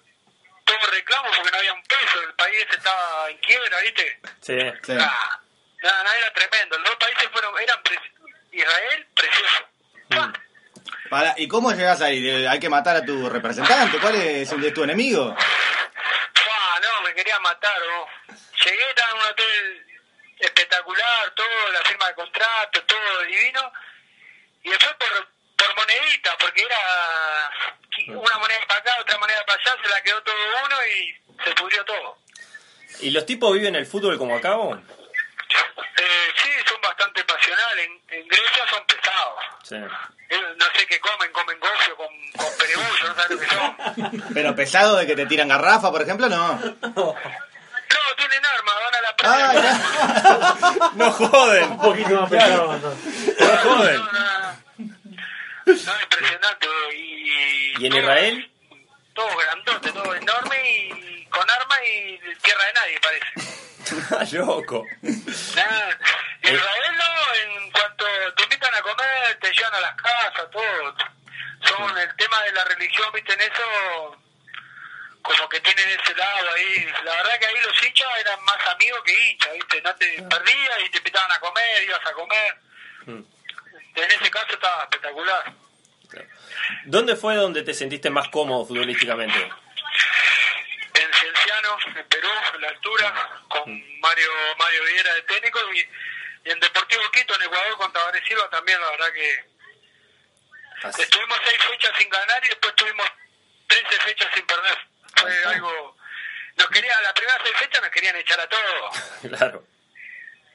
Speaker 8: todo reclamo porque no había un peso, el país estaba en quiebra, ¿viste?
Speaker 5: Sí.
Speaker 8: Ah, nada, nada, era tremendo. Los dos países fueron, eran pre- Israel, precioso.
Speaker 3: Para, ¿Y cómo llegás ahí? De- Hay que matar a tu representante. ¿Cuál es el de tu enemigo?
Speaker 8: Ah, no, me quería matar, vos. Llegué, estaba en un hotel espectacular, todo, la firma de contrato, todo divino. Y después por, por monedita, porque era qui- una moneda para acá, otra moneda para allá, se la quedó todo uno y se pudrió todo.
Speaker 5: ¿Y los tipos viven el fútbol como acá vos?
Speaker 8: Eh, sí, son bastante pasionales. En, en Grecia son pesados.
Speaker 5: Sí.
Speaker 8: Eh, No sé qué comen, comen gofio con, con perebullo, no saben lo que son.
Speaker 3: Pero pesado de que te tiran garrafa, por ejemplo, no.
Speaker 8: No, tienen armas, van a la
Speaker 3: Ah,
Speaker 8: playa.
Speaker 5: No joden. Un
Speaker 6: poquito más pesado.
Speaker 5: No joden.
Speaker 8: No, impresionante, bro. y
Speaker 5: ¿Y en Israel?
Speaker 8: todo grandote, todo enorme y con armas y tierra de nadie, parece.
Speaker 5: Loco.
Speaker 8: Nada. Y Israel no, en cuanto te invitan a comer, te llevan a las casas, todo. Son el tema de la religión, viste, en eso, como que tienen ese lado ahí. La verdad que ahí los hinchas eran más amigos que hinchas, viste, no te perdías y te invitaban a comer, ibas a comer. En ese caso estaba espectacular.
Speaker 5: ¿Dónde fue donde te sentiste más cómodo futbolísticamente?
Speaker 8: en Cienciano, en Perú, en la altura, con Mario Mario Viera de técnico y, y en Deportivo Quito, en Ecuador, con Tabaré Silva también, la verdad que
Speaker 5: Así.
Speaker 8: estuvimos seis fechas sin ganar y después tuvimos 13 fechas sin perder. Fue algo... Nos quería, las primeras seis fechas nos querían echar a todos
Speaker 5: Claro.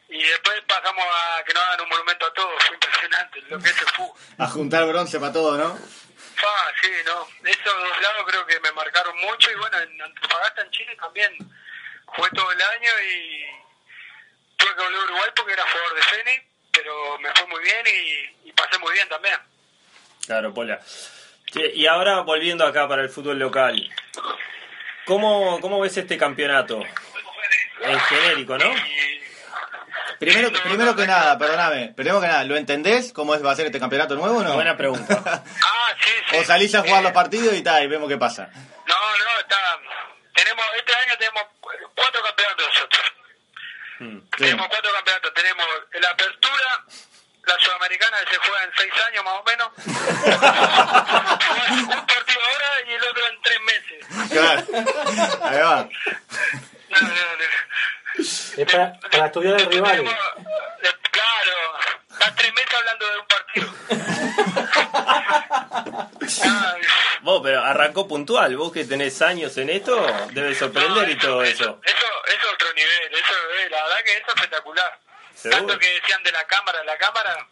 Speaker 8: y después pasamos a que nos hagan un monumento a todos, fue impresionante lo que es el fútbol.
Speaker 3: A juntar bronce para todo, ¿no?
Speaker 8: Ah, sí, no. Esos dos lados creo que me marcaron mucho y bueno, en Antofagasta, en Chile también jugué todo el año y tuve que volver a Uruguay porque era jugador de Feni, pero me fue muy bien y, y pasé muy bien también.
Speaker 5: Claro, Pola. Che, y ahora volviendo acá para el fútbol local. ¿Cómo, ¿Cómo ves este campeonato? En genérico, ¿no?
Speaker 3: Primero, primero que nada, perdóname, primero que nada, ¿lo entendés cómo es, va a ser este campeonato nuevo o no?
Speaker 5: Buena pregunta.
Speaker 8: ah,
Speaker 3: O salís a
Speaker 8: Eh,
Speaker 3: jugar los partidos y tal, y vemos qué pasa.
Speaker 8: No, no, está. Tenemos, este año tenemos cu- cuatro campeonatos nosotros. Tenemos cuatro campeonatos. Tenemos la apertura, la sudamericana que se juega en seis años más o menos. Juegan un partido ahora y el otro en tres meses.
Speaker 3: Claro. Ahí va.
Speaker 8: No, no, no.
Speaker 7: Es para, para estudiar al rival.
Speaker 8: Estás eh, tres meses hablando de un partido.
Speaker 5: Vos, pero arrancó puntual. Vos que tenés años en esto, debe sorprender y todo eso.
Speaker 8: Eso, eso es otro nivel. Eso es, la verdad que eso es espectacular.
Speaker 5: Seguro.
Speaker 8: Tanto que decían de la cámara, la cámara.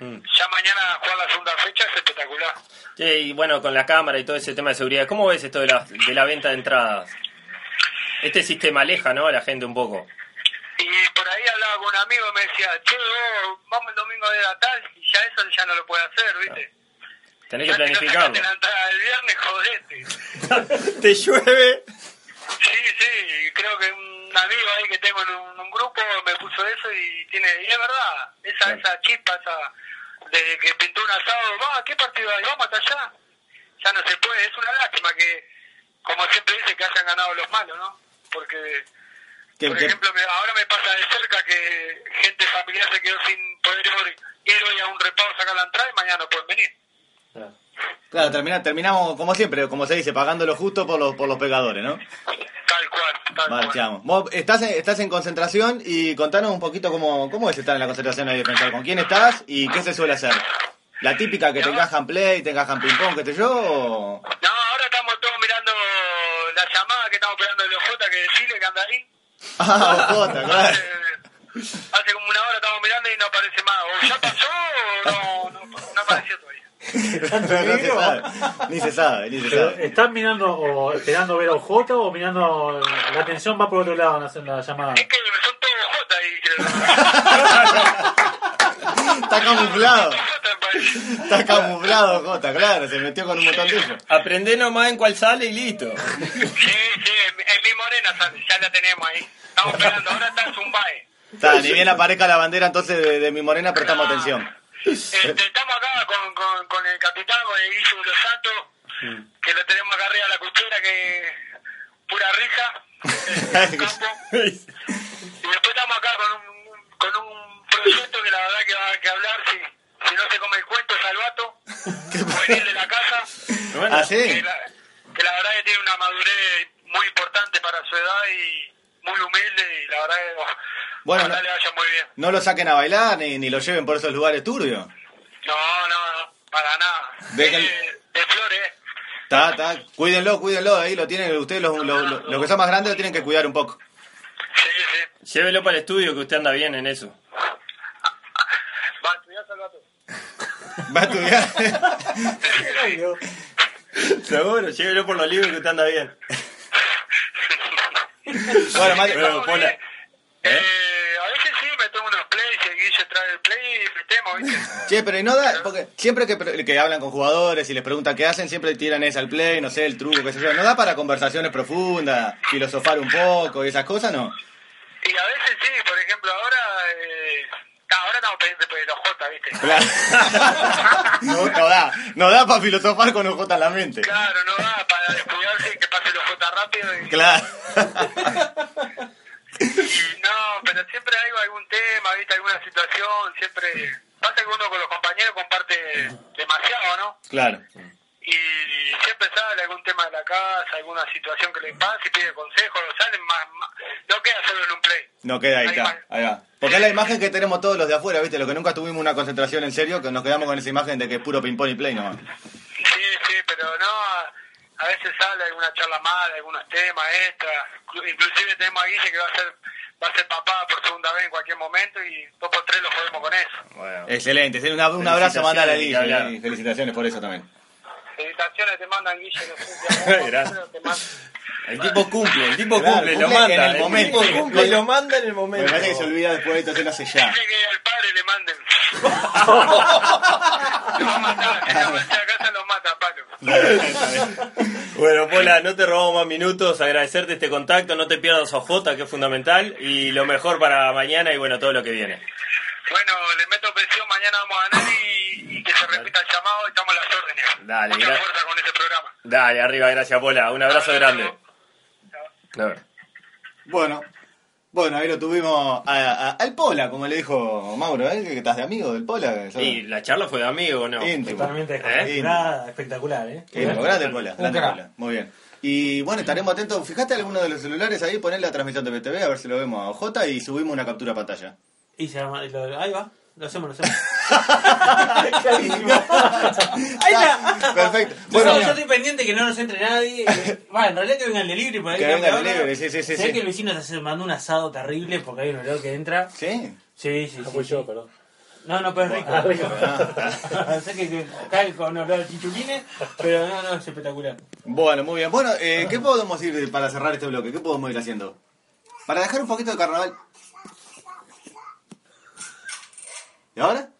Speaker 5: Mm.
Speaker 8: Ya mañana jugar la segunda fecha es espectacular.
Speaker 5: Che, y bueno, con la cámara y todo ese tema de seguridad, ¿cómo ves esto de la, de la venta de entradas? Este sistema aleja, ¿no? A la gente un poco.
Speaker 8: Y por ahí hablaba con un amigo y me decía, che, vos, vamos el domingo de la tal, y ya eso ya no lo puede hacer, ¿viste?
Speaker 5: Tenés que
Speaker 8: Ya sacaste
Speaker 5: planificarlo.
Speaker 8: la entrada del viernes, jodete.
Speaker 5: Te llueve.
Speaker 8: Sí, sí, y creo que un amigo ahí que tengo en un, un grupo me puso eso y tiene, y es verdad, esa, esa chispa, esa, de que pintó un asado, va, ¿qué partido hay? Vamos hasta allá. Ya no se puede, es una lástima que, como siempre dice, que hayan ganado los malos, ¿no? Porque,
Speaker 3: Que-
Speaker 8: por
Speaker 3: que-
Speaker 8: ejemplo, me- ahora me pasa de cerca que gente familiar se quedó sin poder ir, ir hoy a un reparo, sacar la entrada y mañana no pueden venir.
Speaker 3: Claro, termina, terminamos como siempre, como se dice, pagando lo justo por los, por los pecadores, ¿no?
Speaker 8: Tal cual, tal cual.
Speaker 3: Marchamos. Vos estás en, estás en concentración y contanos un poquito cómo, cómo es estar en la concentración ahí de defensor, con quién estás y qué se suele hacer. La típica que te encajan play, te encajan ping pong, qué sé yo. o-
Speaker 8: No, ahora estamos todos mirando la llamada que estamos esperando de OJ que decirle que anda ahí.
Speaker 3: Ah, bojota, claro.
Speaker 8: Hace como una hora estamos mirando y no aparece más. O ya pasó o no, no, no apareció todavía.
Speaker 3: No se sabe, ni se sabe, ni se
Speaker 7: Pero,
Speaker 3: sabe.
Speaker 7: ¿Estás mirando o esperando ver a OJ o mirando. La atención va por otro lado en hacer la llamada?
Speaker 3: ¿Eh? Está camuflado. Está camuflado, Jota, claro, se metió con un montón de ellos.
Speaker 5: Aprendé nomás en cuál sale y listo.
Speaker 3: Está, ni bien aparezca la bandera entonces de, de mi morena, prestamos atención.
Speaker 8: Este, Que lo tenemos acá arriba de la cuchera, que pura risa. Y después estamos acá con un, con un proyecto que la verdad que va que hablar. Si, si no se come el cuento, salvato. Venir de la casa.
Speaker 3: bueno. ¿Ah, sí?
Speaker 8: Que la, que la verdad que tiene una madurez muy importante para su edad y muy humilde. Y la verdad que
Speaker 3: Bueno, no,
Speaker 8: ojalá le vaya muy bien.
Speaker 3: no lo saquen a bailar ni, ni lo lleven por esos lugares turbios.
Speaker 8: No, no, no, para nada. Eh,
Speaker 3: Dejen-
Speaker 8: De flores.
Speaker 3: Ta, ta, cuídenlo, cuídenlo, ahí lo tienen ustedes, los, los- los- los que son más grandes lo tienen que cuidar un poco.
Speaker 5: Llévelo para el estudio que usted anda bien en eso.
Speaker 8: Va a estudiar salvato.
Speaker 3: Va a estudiar.
Speaker 5: Seguro, llévelo por los libros que usted anda bien.
Speaker 3: Bueno, eh. Mati-
Speaker 5: Pero, Pola,
Speaker 8: Eh, a veces sí me tomo unos plays y el Guille trae el play y metemos, ¿viste?
Speaker 3: Che, pero y no da, porque siempre que, pre- que hablan con jugadores y les preguntan qué hacen, siempre tiran esa al play, no sé, el truco, qué sé yo. ¿No da para conversaciones profundas, filosofar un poco y esas cosas, no?
Speaker 8: Y a veces sí, por ejemplo, ahora... Eh, ta, ahora estamos pendientes pues, de los J, ¿viste?
Speaker 3: Claro. No, no da, no da para filosofar con OJ en la mente.
Speaker 8: Claro, no da para descuidarse y que pase los J rápido. Y,
Speaker 3: Claro.
Speaker 8: y no, pero siempre hay algún tema, ¿viste? Alguna situación, siempre... Pasa que uno con los compañeros comparte demasiado, ¿no?
Speaker 3: Claro.
Speaker 8: y siempre sale algún tema de la casa, alguna situación que le pasa y pide consejos, salen más, más- no queda solo en un play.
Speaker 3: No queda ahí, está. Ahí va. Porque es la imagen que tenemos todos los de afuera, ¿viste? Lo que nunca tuvimos una concentración en serio, que nos quedamos con esa imagen de que es puro ping-pong y play nomás.
Speaker 8: Sí, sí, pero no, a veces sale alguna charla mala, algunos temas extra, Inclu- inclusive tenemos a Guille que va a ser va a ser papá por segunda vez en cualquier momento y dos por tres lo jodemos con eso.
Speaker 3: Excelente. sí, una- un abrazo
Speaker 5: Felicitaciones,
Speaker 3: mandar a
Speaker 5: ni
Speaker 3: Guille.
Speaker 5: hablar.
Speaker 3: y Felicitaciones por eso también.
Speaker 8: Felicitaciones te mandan Guille, no sé,
Speaker 5: Gracias.
Speaker 8: te mandan.
Speaker 5: El tipo cumple, el tipo
Speaker 3: Claro,
Speaker 5: cumple, lo
Speaker 3: cumple
Speaker 5: manda.
Speaker 3: en el momento.
Speaker 5: tipo cumple, lo manda en el momento.
Speaker 3: Me parece que se olvida después, entonces lo hace ya.
Speaker 8: Lo va a matar, si no va a ser a casa lo mata, palo.
Speaker 5: Bueno, Pola, no te robamos más minutos, agradecerte este contacto, no te pierdas a Ojota, que es fundamental, y lo mejor para mañana y bueno, todo lo que viene.
Speaker 8: Bueno, le meto presión, mañana vamos a ganar y, y que se repita el llamado, estamos a las órdenes.
Speaker 5: Dale,
Speaker 8: Mucha
Speaker 5: gra-
Speaker 8: fuerza con este programa.
Speaker 5: Dale, arriba, gracias Pola, un abrazo grande. No.
Speaker 3: Bueno, bueno, ahí lo tuvimos a- a- al Pola, como le dijo Mauro, ¿eh? que estás de amigo del Pola.
Speaker 5: Y la charla fue de amigo, ¿no?
Speaker 3: Íntimo.
Speaker 6: Totalmente
Speaker 3: ¿Eh?
Speaker 6: descontracturada, espectacular, ¿eh?
Speaker 3: Íntimo, grande Pola,
Speaker 6: Un
Speaker 3: grande
Speaker 6: crack.
Speaker 3: Pola. Muy bien. Y bueno, estaremos atentos. Fijate alguno de los celulares ahí, poner la transmisión de PTV, a ver si lo vemos a OJ y subimos una captura a pantalla.
Speaker 6: Y se llama, y lo- ahí va, lo hacemos, lo hacemos.
Speaker 3: Ahí está. Perfecto.
Speaker 4: Bueno,
Speaker 3: Bueno,
Speaker 4: yo estoy pendiente que no nos entre nadie. eh, Bueno, en realidad que vengan de libre por ahí.
Speaker 3: Que vengan de
Speaker 4: ahora.
Speaker 3: libre, sí, sí, sí,
Speaker 6: ¿Sabés
Speaker 3: sí.
Speaker 6: que el vecino se mandó un asado terrible porque hay un olor que entra?
Speaker 3: Sí.
Speaker 6: Sí, sí,
Speaker 7: No
Speaker 6: sí.
Speaker 7: Ah, fui yo, perdón.
Speaker 6: No, no, pero es rico.
Speaker 7: Ah, rico.
Speaker 6: sé que- que cae con olor a chichulines, pero no, no, es espectacular.
Speaker 3: Bueno, muy bien. Bueno, eh, ¿qué podemos ir para cerrar este bloque? ¿Qué podemos ir haciendo? Para dejar un poquito de carnaval. ¿Y ahora?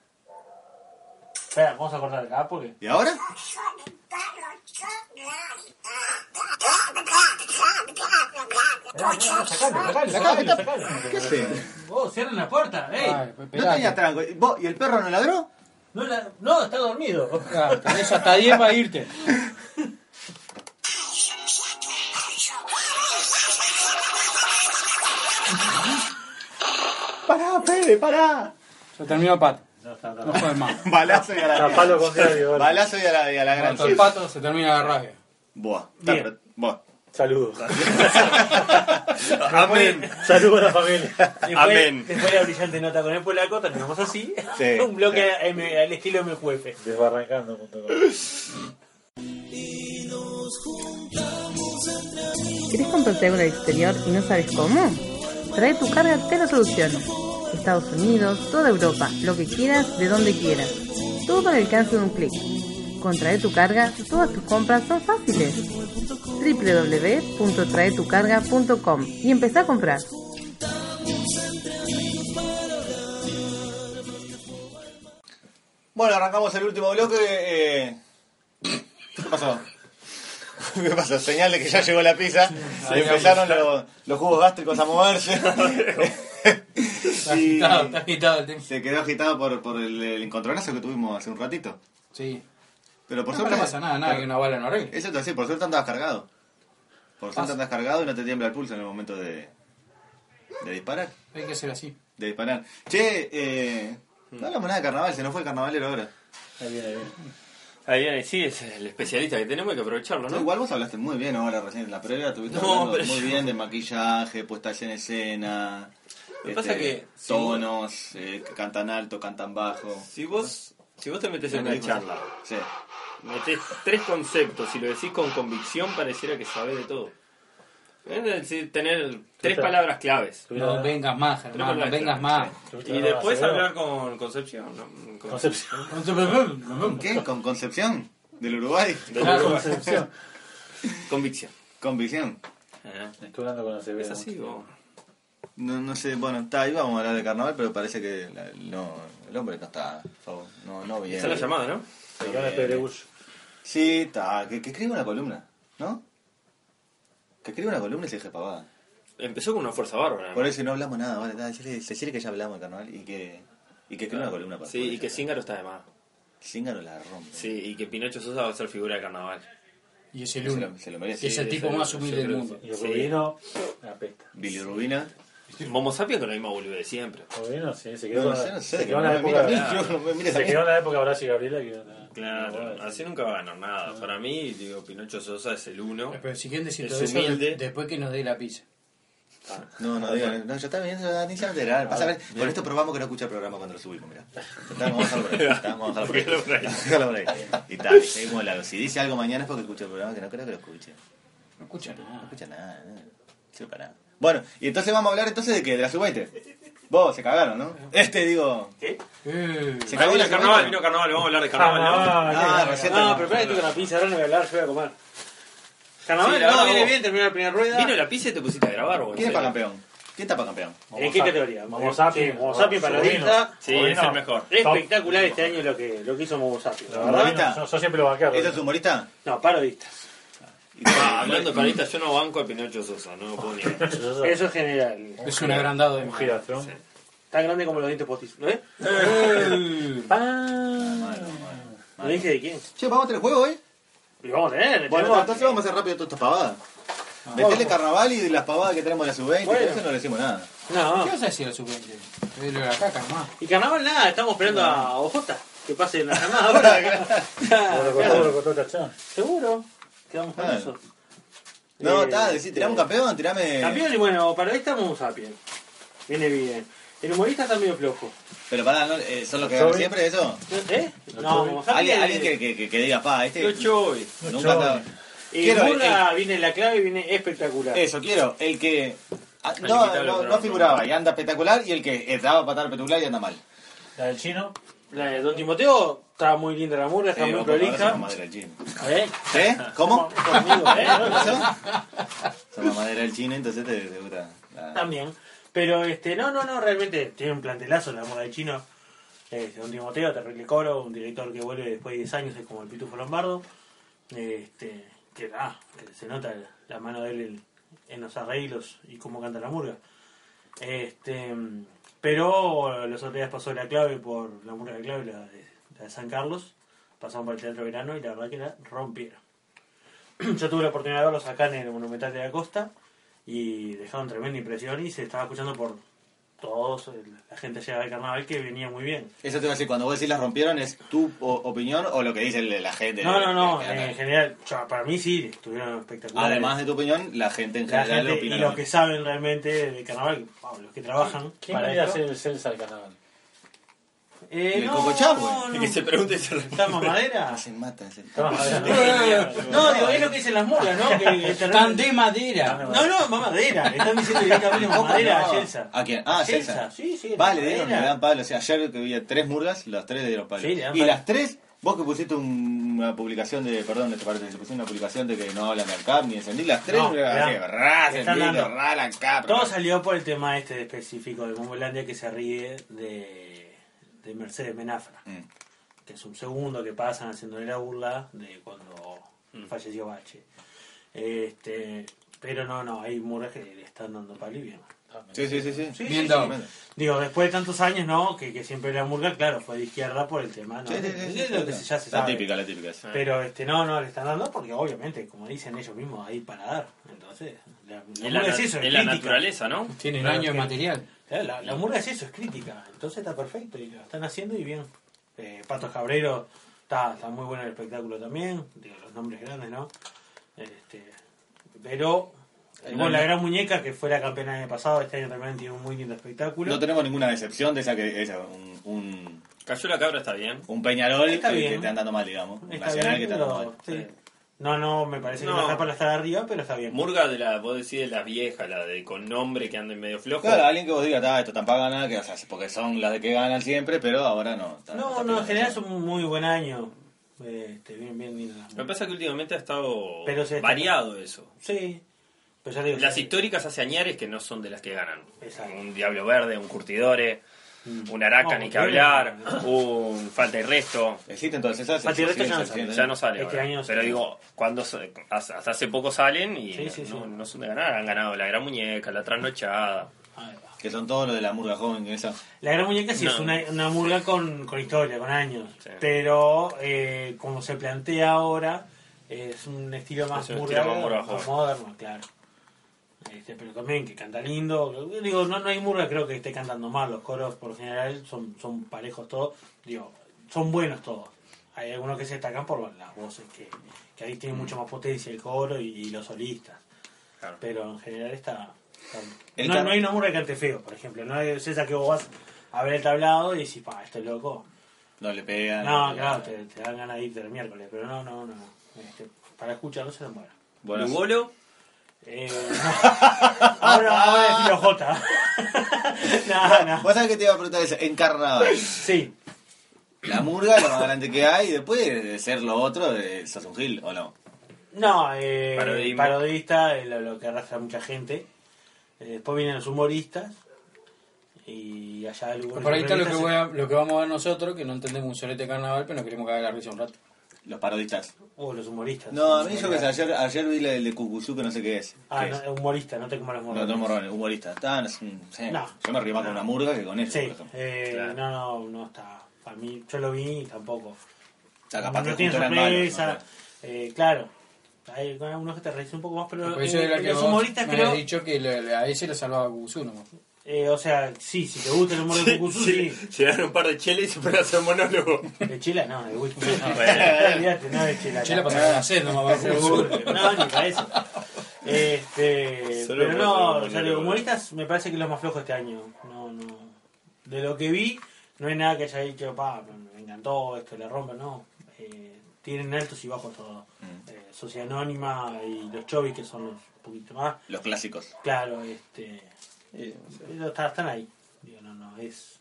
Speaker 6: Espera, vamos a cortar acá porque...
Speaker 3: ¿Y ahora?
Speaker 7: Ah.
Speaker 6: Sacalo, sacalo,
Speaker 3: Sacalo,
Speaker 6: sacalo, sacalo.
Speaker 3: ¿Qué sé?
Speaker 6: Vos, Oh, cierren la puerta, ey.
Speaker 4: Ay, pues,
Speaker 3: No
Speaker 4: esperá.
Speaker 3: tenía tranco. ¿Y vos- ¿Y el perro no ladró?
Speaker 6: No, la- no, está dormido.
Speaker 4: Ah, tenés hasta 10 para irte.
Speaker 3: Pará, Fede, pará.
Speaker 4: Se terminó Pato. No jodes más.
Speaker 3: Balazo y a la
Speaker 7: Tapalo contrario, ahora.
Speaker 3: Balazo y a la, y a la gran.
Speaker 4: Pato el Pato se termina la rabia.
Speaker 3: Buah.
Speaker 6: Bien.
Speaker 3: Está, pero- buah.
Speaker 7: Saludos.
Speaker 5: Amén.
Speaker 7: Saludos a la familia.
Speaker 6: Después,
Speaker 5: Amén.
Speaker 6: después de la brillante nota con el polaco, terminamos así.
Speaker 3: Sí,
Speaker 6: un bloque a- M- al estilo MQF.
Speaker 7: Desbarrancando junto con...
Speaker 10: ¿Querés comprarte algo en el exterior y no sabes cómo? Trae tu carga, te lo soluciono. Estados Unidos, toda Europa, lo que quieras, de donde quieras. Todo al alcance de un clic. Con Trae tu carga, todas tus compras son fáciles. www.traetucarga.com y empezá a comprar.
Speaker 3: Bueno, arrancamos el último bloque. eh, ¿Qué pasó? ¿Qué pasó? Señal de que ya llegó la pizza. Ahí empezaron los, los jugos gástricos a moverse.
Speaker 4: Está
Speaker 3: Y
Speaker 4: agitado, está agitado el tema.
Speaker 3: se quedó agitado por, por el, el encontronazo que tuvimos hace un ratito.
Speaker 4: Sí.
Speaker 3: Pero por
Speaker 4: No,
Speaker 3: suerte.
Speaker 4: no pasa nada, nada que una bala no arregle.
Speaker 3: Eso te decía, por suerte andabas cargado. Por suerte
Speaker 5: Ah,
Speaker 4: Pasa.
Speaker 3: andabas cargado y no te tiembla el pulso en el momento de, de disparar.
Speaker 4: Hay que ser así.
Speaker 3: De disparar. Che, eh, no hablamos nada de carnaval, se nos fue el carnavalero ahora.
Speaker 5: Ahí viene, sí, es el especialista que tenemos, hay que aprovecharlo,
Speaker 3: No,
Speaker 5: ¿no?
Speaker 3: igual vos hablaste muy bien ahora recién en la previa, estuviste
Speaker 5: No,
Speaker 3: hablando
Speaker 5: pero
Speaker 3: muy
Speaker 5: yo-
Speaker 3: bien de maquillaje, puestas en escena. este,
Speaker 5: Lo que pasa que si
Speaker 3: Tonos, eh, que cantan alto, cantan bajo.
Speaker 5: Si vos, si vos te metes en
Speaker 3: No
Speaker 5: una
Speaker 3: digo-
Speaker 5: charla,
Speaker 3: Sí.
Speaker 5: metés tres conceptos y lo decís con convicción, pareciera que sabés de todo. Es decir, tener tres
Speaker 7: Total.
Speaker 5: palabras claves.
Speaker 4: No vengas más, hermano, no vengas más.
Speaker 5: Y después hablar con Concepción. ¿no? Con-
Speaker 7: Concepción.
Speaker 3: ¿Con qué? ¿Con Concepción? ¿Del Uruguay?
Speaker 5: de-
Speaker 7: Ah, Concepción.
Speaker 5: Convicción.
Speaker 3: ¿Convicción?
Speaker 5: Eh,
Speaker 7: Estuve hablando con Acevedo.
Speaker 5: ¿Es así o...?
Speaker 3: No, no sé, bueno, está, ahí vamos a hablar de carnaval, pero parece que la- no, el hombre no está, no, no, no bien.
Speaker 5: Esa es la llamada, ¿no?
Speaker 7: Se llama Pedregush.
Speaker 3: Sí, está, que, que escriba una columna, ¿no? Que escriba una columna y se deje pavada.
Speaker 5: Empezó con una fuerza bárbara. ¿no?
Speaker 3: Por eso no hablamos nada, vale, está, decirle, decirle que ya hablamos de carnaval y que, y que escriba una columna para
Speaker 5: Sí, y que Zíngaro está de más.
Speaker 3: Zingaro la rompe.
Speaker 5: Sí, y que Pinocho Sosa va a ser figura de carnaval.
Speaker 4: Y es el
Speaker 3: Se
Speaker 4: uno.
Speaker 3: lo, se lo merece.
Speaker 4: Y es el tipo
Speaker 5: ese-
Speaker 4: más
Speaker 5: yo
Speaker 4: humilde del
Speaker 5: creo
Speaker 4: mundo.
Speaker 7: Y el
Speaker 5: Sí.
Speaker 7: Rubino, una pesta.
Speaker 3: Bilirrubina.
Speaker 5: Momo Sapiens con la misma boludez de siempre.
Speaker 7: Rubino, sí, se
Speaker 3: No,
Speaker 7: quedó
Speaker 3: no
Speaker 7: en
Speaker 3: sé,
Speaker 7: la-
Speaker 3: no sé.
Speaker 7: se
Speaker 3: que
Speaker 7: quedó
Speaker 3: no
Speaker 7: en la
Speaker 3: me
Speaker 7: época.
Speaker 3: mires, no me mires a
Speaker 7: Se
Speaker 3: mí.
Speaker 7: quedó en la época Horacio y Gabriela. que era-
Speaker 6: Ah,
Speaker 5: Claro, así nunca va a ganar nada. Para mí, digo, Pinocho Sosa es el uno.
Speaker 4: Pero el siguiente si
Speaker 5: Es
Speaker 4: todo eso
Speaker 5: humilde.
Speaker 4: de- después que nos dé la pizza.
Speaker 3: No, no, digan, no, yo también, yo- ni se va
Speaker 7: Ah,
Speaker 3: a enterar. Vas a ver, con esto probamos que no escucha el programa cuando lo subimos, mirá. Está, Vamos a dejarlo por ahí, está, vamos a dejarlo por ahí. Vamos a dejarlo por ahí. Y tal, seguimos la Si dice algo mañana es porque escucha el programa, que no creo que lo escuche. No
Speaker 4: No escucha nada.
Speaker 3: escucha nada, no sirve para nada. Bueno, y entonces vamos a hablar entonces de qué, de la sub-20. Vos, se cagaron, ¿no? Este, digo...
Speaker 4: Eh,
Speaker 3: Se
Speaker 5: Ah,
Speaker 3: cagó
Speaker 5: vino
Speaker 3: la
Speaker 5: carnaval,
Speaker 3: sub-20.
Speaker 5: vino carnaval, vamos a hablar de carnaval. ¿no?
Speaker 7: Carnaval.
Speaker 3: Ah, recién
Speaker 6: No,
Speaker 3: terminó.
Speaker 6: pero espera, esto con la pizza, ahora no voy a hablar, yo voy a comer.
Speaker 5: Sí,
Speaker 6: Carnaval,
Speaker 5: la
Speaker 6: no,
Speaker 5: verdad,
Speaker 6: viene
Speaker 5: vos-
Speaker 6: bien, terminó la primera rueda.
Speaker 5: Vino la pizza y te pusiste a grabar, vos. ¿eh?
Speaker 3: ¿Quién es para
Speaker 5: Sí.
Speaker 3: campeón? ¿Quién está para campeón?
Speaker 6: ¿En qué categoría?
Speaker 7: Homo sapiens.
Speaker 6: Homo sapiens para la
Speaker 7: Rubino.
Speaker 6: vista.
Speaker 5: Sí, es el mejor.
Speaker 6: Espectacular este año lo que, lo que hizo Homo sapiens, la
Speaker 7: Rubino,
Speaker 6: verdad.
Speaker 3: ¿Ahorita?
Speaker 7: Yo yo siempre lo banqué a
Speaker 3: ¿Ese es
Speaker 7: Rubino.
Speaker 3: humorista?
Speaker 6: No, parodistas.
Speaker 5: Ah, hablando de panitas, yo no banco a Pinocho Sosa, no lo puedo negar.
Speaker 6: Eso es general.
Speaker 4: Es un agrandado de mierda.
Speaker 7: Girafrón.
Speaker 6: Tan grande como los dientes postizos. ¿Lo ves?
Speaker 4: Eh.
Speaker 6: ¿Lo dije de quién?
Speaker 3: Che, ¿vamos a tener juego hoy?
Speaker 6: Y vamos a tener.
Speaker 3: Bueno,
Speaker 6: tenemos-
Speaker 3: entonces vamos a hacer rápido todas estas pavadas. Metele carnaval y las pavadas que tenemos de la sub-20,
Speaker 6: Bueno.
Speaker 3: pero eso no le decimos nada.
Speaker 6: No,
Speaker 4: ¿Qué
Speaker 6: no.
Speaker 4: vas a decir al Eh, sub-20? Te digo la caca nomás.
Speaker 6: Y carnaval nada, estamos esperando a Ojota que pase la llamada ahora.
Speaker 7: Lo cortó, lo cortó Tachán.
Speaker 6: Seguro. Quedamos con
Speaker 3: Claro.
Speaker 6: eso.
Speaker 3: No,
Speaker 6: Eh,
Speaker 3: está, decí, tirame un campeón, tirame.
Speaker 6: Campeón y bueno, para ahí estamos un sapien. Viene bien. El humorista está medio flojo.
Speaker 3: Pero pará, ¿no? Eh, ¿son los que ganan
Speaker 7: Soy.
Speaker 3: siempre eso?
Speaker 6: ¿Eh? No,
Speaker 3: ¿Alguien,
Speaker 6: sapien.
Speaker 3: alguien que, que, que, que diga, pa, este.
Speaker 5: Yo choy.
Speaker 3: Nunca está-
Speaker 6: Y
Speaker 3: Quiero-
Speaker 6: Murga viene la clave, viene espectacular.
Speaker 3: Eso, quiero. El que. ah,
Speaker 5: El
Speaker 3: No,
Speaker 5: que quita
Speaker 3: no,
Speaker 5: el
Speaker 3: no
Speaker 5: otro.
Speaker 3: figuraba y anda espectacular y el que estaba patada espectacular y anda mal.
Speaker 7: La del chino.
Speaker 6: La de Don Timoteo está muy linda la murga, está
Speaker 3: Eh,
Speaker 6: muy
Speaker 3: ojo, ahora
Speaker 6: prolija.
Speaker 3: somos madera del chino.
Speaker 6: ¿Eh?
Speaker 3: ¿Eh? ¿Cómo?
Speaker 6: Conmigo,
Speaker 3: ¿Qué
Speaker 6: ¿eh?
Speaker 3: pasó? Somos madera del chino, entonces te, te gusta. la-
Speaker 6: También. Pero este, no, no, no, realmente tiene un plantelazo la murga del chino. Este, don Timoteo, terrible coro, un director que vuelve después de 10 años, es como el Pitufo Lombardo. Este, que, ah, que se nota la mano de él en- en los arreglos y cómo canta la murga. Este, pero los otros días pasó la clave por la murga de clave, la de, la de San Carlos. Pasaron por el Teatro Verano y la verdad que la rompieron. Yo tuve la oportunidad de verlos acá en el Monumental de la Costa y dejaron tremenda impresión y se estaba escuchando por todos, el- la gente llegada de carnaval que venía muy bien.
Speaker 3: Eso te iba a decir, cuando vos decís las rompieron, ¿es tu o- opinión o lo que dice el- la gente?
Speaker 6: No, no, no,
Speaker 3: Que anda?
Speaker 6: en general, yo- para mí sí, estuvieron espectaculares.
Speaker 3: Además de tu opinión, la gente en
Speaker 6: la
Speaker 3: general
Speaker 6: gente
Speaker 3: opina.
Speaker 6: y
Speaker 3: lo
Speaker 6: los que
Speaker 3: mismo.
Speaker 6: saben realmente de carnaval, vamos, los que trabajan.
Speaker 7: ¿Quién
Speaker 6: para
Speaker 7: va a ir a
Speaker 6: esto.
Speaker 7: hacer el Celsa al carnaval?
Speaker 6: Eh,
Speaker 3: El
Speaker 6: no,
Speaker 3: Coco pues. Chagüe.
Speaker 6: no,
Speaker 5: Que se pregunte si
Speaker 6: ¿Está mamadera?
Speaker 3: Ah, se mata. se-
Speaker 6: No, digo, es lo que dicen las mulas, ¿no? Que, que te-
Speaker 4: Están Eh. de madera.
Speaker 6: No, no, mamadera. Están diciendo directamente mamadera
Speaker 3: No.
Speaker 6: a Yelsa.
Speaker 3: ¿A quién? Ah, Celsa.
Speaker 6: Sí, sí.
Speaker 3: Vale, le dieron, le
Speaker 6: mamadera.
Speaker 3: dan palo. O sea, ayer que había tres murgas, las tres le dieron palo.
Speaker 6: Sí, le dan
Speaker 3: y
Speaker 6: palo.
Speaker 3: las tres, vos que pusiste un- una publicación de, perdón, de tu parte, pusiste una publicación de que no hablan del CAP ni encendí, las tres,
Speaker 6: No,
Speaker 3: le
Speaker 6: le dan.
Speaker 3: agarré, agarrá,
Speaker 6: Le están
Speaker 3: encendí,
Speaker 6: dando.
Speaker 3: agarrá la CAP.
Speaker 6: Todo salió por el tema este específico de Mongolandia que se ríe de, de Mercedes Menafra,
Speaker 3: Mm.
Speaker 6: que es un segundo que pasan haciéndole la burla de cuando
Speaker 5: Mm.
Speaker 6: falleció Bache. Este, pero no, no, hay murgas que le están dando palo y bien.
Speaker 3: Sí, sí, sí. sí.
Speaker 6: Sí,
Speaker 4: Bien
Speaker 6: sí,
Speaker 4: dado.
Speaker 6: sí. Digo, después de tantos años, ¿no? Que, que siempre la murga, claro, fue de izquierda por el tema, ¿no?
Speaker 3: Sí, sí, sí, sí,
Speaker 6: Es
Speaker 3: sí,
Speaker 6: lo
Speaker 3: sí.
Speaker 6: que se- ya se
Speaker 3: La
Speaker 6: sabe.
Speaker 3: típica, la típica. sí.
Speaker 6: Pero este no, no le están dando porque obviamente, como dicen ellos mismos, hay para dar. Entonces, la, la
Speaker 5: Es la,
Speaker 6: murga es eso, es
Speaker 5: es la
Speaker 6: crítica.
Speaker 5: naturaleza, ¿no?
Speaker 4: Tiene un año de material.
Speaker 6: Claro, la, la murga es eso, es crítica. Entonces está perfecto y lo están haciendo y bien. Eh, Patos Cabrero está, está muy bueno el espectáculo también. Digo, los nombres grandes, ¿no? Este, pero eh, bueno, la gran muñeca que fue la campeona del año pasado, este año también tiene un muy lindo espectáculo.
Speaker 3: No tenemos ninguna decepción de esa que esa, un, un,
Speaker 5: Cayó la cabra, está bien.
Speaker 3: un Peñarol que,
Speaker 6: Está
Speaker 3: que
Speaker 6: bien.
Speaker 3: te andando mal, digamos. Un
Speaker 6: Está
Speaker 3: Nacional
Speaker 6: bien,
Speaker 3: que te andando
Speaker 6: pero-
Speaker 3: mal.
Speaker 6: sí. No, no, me parece
Speaker 5: No.
Speaker 6: que la tapa la está arriba, pero está bien.
Speaker 5: Murga de la, vos decís de las viejas, la de con nombre que anda en medio flojo.
Speaker 3: Claro, alguien que vos digas, "Ah, esto tampoco gana, que, o sea, porque son las de que ganan siempre, pero ahora no. está- está
Speaker 6: No, no, en
Speaker 3: peleando.
Speaker 6: general es un muy buen año. Este, bien, bien lindo.
Speaker 5: Lo que pasa es que últimamente ha estado
Speaker 6: Pero se-
Speaker 5: variado eso.
Speaker 6: Sí, pero ya digo.
Speaker 5: Las
Speaker 6: sí.
Speaker 5: históricas hace añares que no son de las que ganan.
Speaker 6: Exacto.
Speaker 5: Un Diablo Verde, un Curtidore, un Araca,
Speaker 6: No,
Speaker 5: ni que
Speaker 6: Curtidore.
Speaker 5: hablar, un Falta y Resto.
Speaker 3: Existen todas esas.
Speaker 6: Pati
Speaker 3: existen,
Speaker 6: Resto ya no
Speaker 3: existen,
Speaker 5: Ya no sale.
Speaker 6: Este
Speaker 5: ahora.
Speaker 6: año no
Speaker 5: Pero
Speaker 6: sale.
Speaker 5: digo, cuando se- hasta hasta hace poco salen y
Speaker 6: Sí, sí,
Speaker 5: no,
Speaker 6: sí.
Speaker 5: no son de ganar. Han ganado la Gran Muñeca, la Trasnochada.
Speaker 3: Que son todos los de la murga joven, que esa.
Speaker 6: La gran muñeca sí
Speaker 5: No.
Speaker 6: es una, una murga con, con historia, con años.
Speaker 5: Sí.
Speaker 6: Pero eh, como se plantea ahora, es un estilo más
Speaker 5: Es un
Speaker 6: murga,
Speaker 5: estilo más murga
Speaker 6: más
Speaker 5: joven.
Speaker 6: moderno, claro. Este, pero también que canta lindo. Digo, no, no hay murga creo que esté cantando mal. Los coros por lo general son, son parejos todos. Digo, son buenos todos. Hay algunos que se destacan por las voces, que, que ahí
Speaker 5: Mm.
Speaker 6: tiene mucho más potencia el coro y, y los solistas.
Speaker 5: Claro.
Speaker 6: Pero en general está. está-
Speaker 3: El
Speaker 6: no,
Speaker 3: tab-
Speaker 6: no hay una murga que cante feo, por ejemplo. No es esa que vos vas a ver el tablado y decís, pa, esto es loco.
Speaker 3: No le pegan.
Speaker 6: No,
Speaker 3: le
Speaker 6: claro,
Speaker 3: pegan.
Speaker 6: te, te dan ganas de irte el miércoles, pero no, no, no. Este, para escucharlo se demora.
Speaker 3: Bueno,
Speaker 5: Lugolo,
Speaker 6: Eh, no. ahora, ahora es filo J. no, no.
Speaker 3: Vos sabés que te iba a preguntar eso. En carnaval,
Speaker 6: Sí,
Speaker 3: la murga, lo más grande que hay, y después de ser lo otro, eh, sos un gil, ¿o no?
Speaker 6: no, eh,
Speaker 5: Parodismo.
Speaker 6: parodista, eh, lo, lo que arrastra mucha gente. Eh, después vienen los humoristas. Y allá el humor-
Speaker 4: Por ahí está lo que,
Speaker 6: se-
Speaker 4: voy a- lo que vamos a ver nosotros, que no entendemos un solete de carnaval, pero nos queremos cagar la risa un rato.
Speaker 3: Los parodistas.
Speaker 6: O uh, los humoristas.
Speaker 3: No, a
Speaker 6: Los
Speaker 3: mí yo que sé,
Speaker 6: humoristas.
Speaker 3: ayer, ayer vi el de Cucuzú que no sé qué es.
Speaker 6: Ah,
Speaker 3: ¿Qué es?
Speaker 6: no, humorista, no te comas los
Speaker 3: No,
Speaker 6: morrones.
Speaker 3: no, morrones, humorista. Tan, sí.
Speaker 6: No.
Speaker 3: Yo me río más con una murga que con eso, por
Speaker 6: Sí,
Speaker 3: ejemplo.
Speaker 6: eh,
Speaker 5: Claro.
Speaker 6: no, no, no está. Para mí, yo lo vi y tampoco.
Speaker 3: O sea, capaz
Speaker 6: no
Speaker 3: que
Speaker 6: tiene
Speaker 3: junto eran malos.
Speaker 6: sorpresa.
Speaker 3: ¿no?
Speaker 6: eh, claro. Hay algunos que te reís un poco más, pero
Speaker 4: Por eso
Speaker 6: eh,
Speaker 4: era que
Speaker 6: los
Speaker 4: vos
Speaker 6: humoristas
Speaker 4: me habías
Speaker 6: creo...
Speaker 4: dicho que le- le- a ese lo salvaba Guzú nomás.
Speaker 6: eh, o sea, sí, si te gusta el humor de Cucuzú, sí.
Speaker 5: Llegaron un par de cheles y se fueron a hacer monólogo.
Speaker 6: De Chila no, de Whisky.
Speaker 5: bueno.
Speaker 6: Olvídate, no de Chila.
Speaker 4: Chela
Speaker 6: no.
Speaker 4: pasaba a hacer nomás.
Speaker 6: Seguro, no, ni para eso. Este,
Speaker 5: Solo
Speaker 6: pero
Speaker 5: por ser
Speaker 6: no, o sea,
Speaker 5: monólogo.
Speaker 6: los humoristas me parece que es lo más flojo este año. No, no. De lo que vi, no hay nada que haya dicho, pa, me encantó, esto le rompe, no. Eh, tienen altos y bajos todo. Eh, Sociedad Anónima y los Chovis, que son los poquito más.
Speaker 3: Los clásicos.
Speaker 6: Claro, este. ellos están, están ahí. Digo, no, no, es.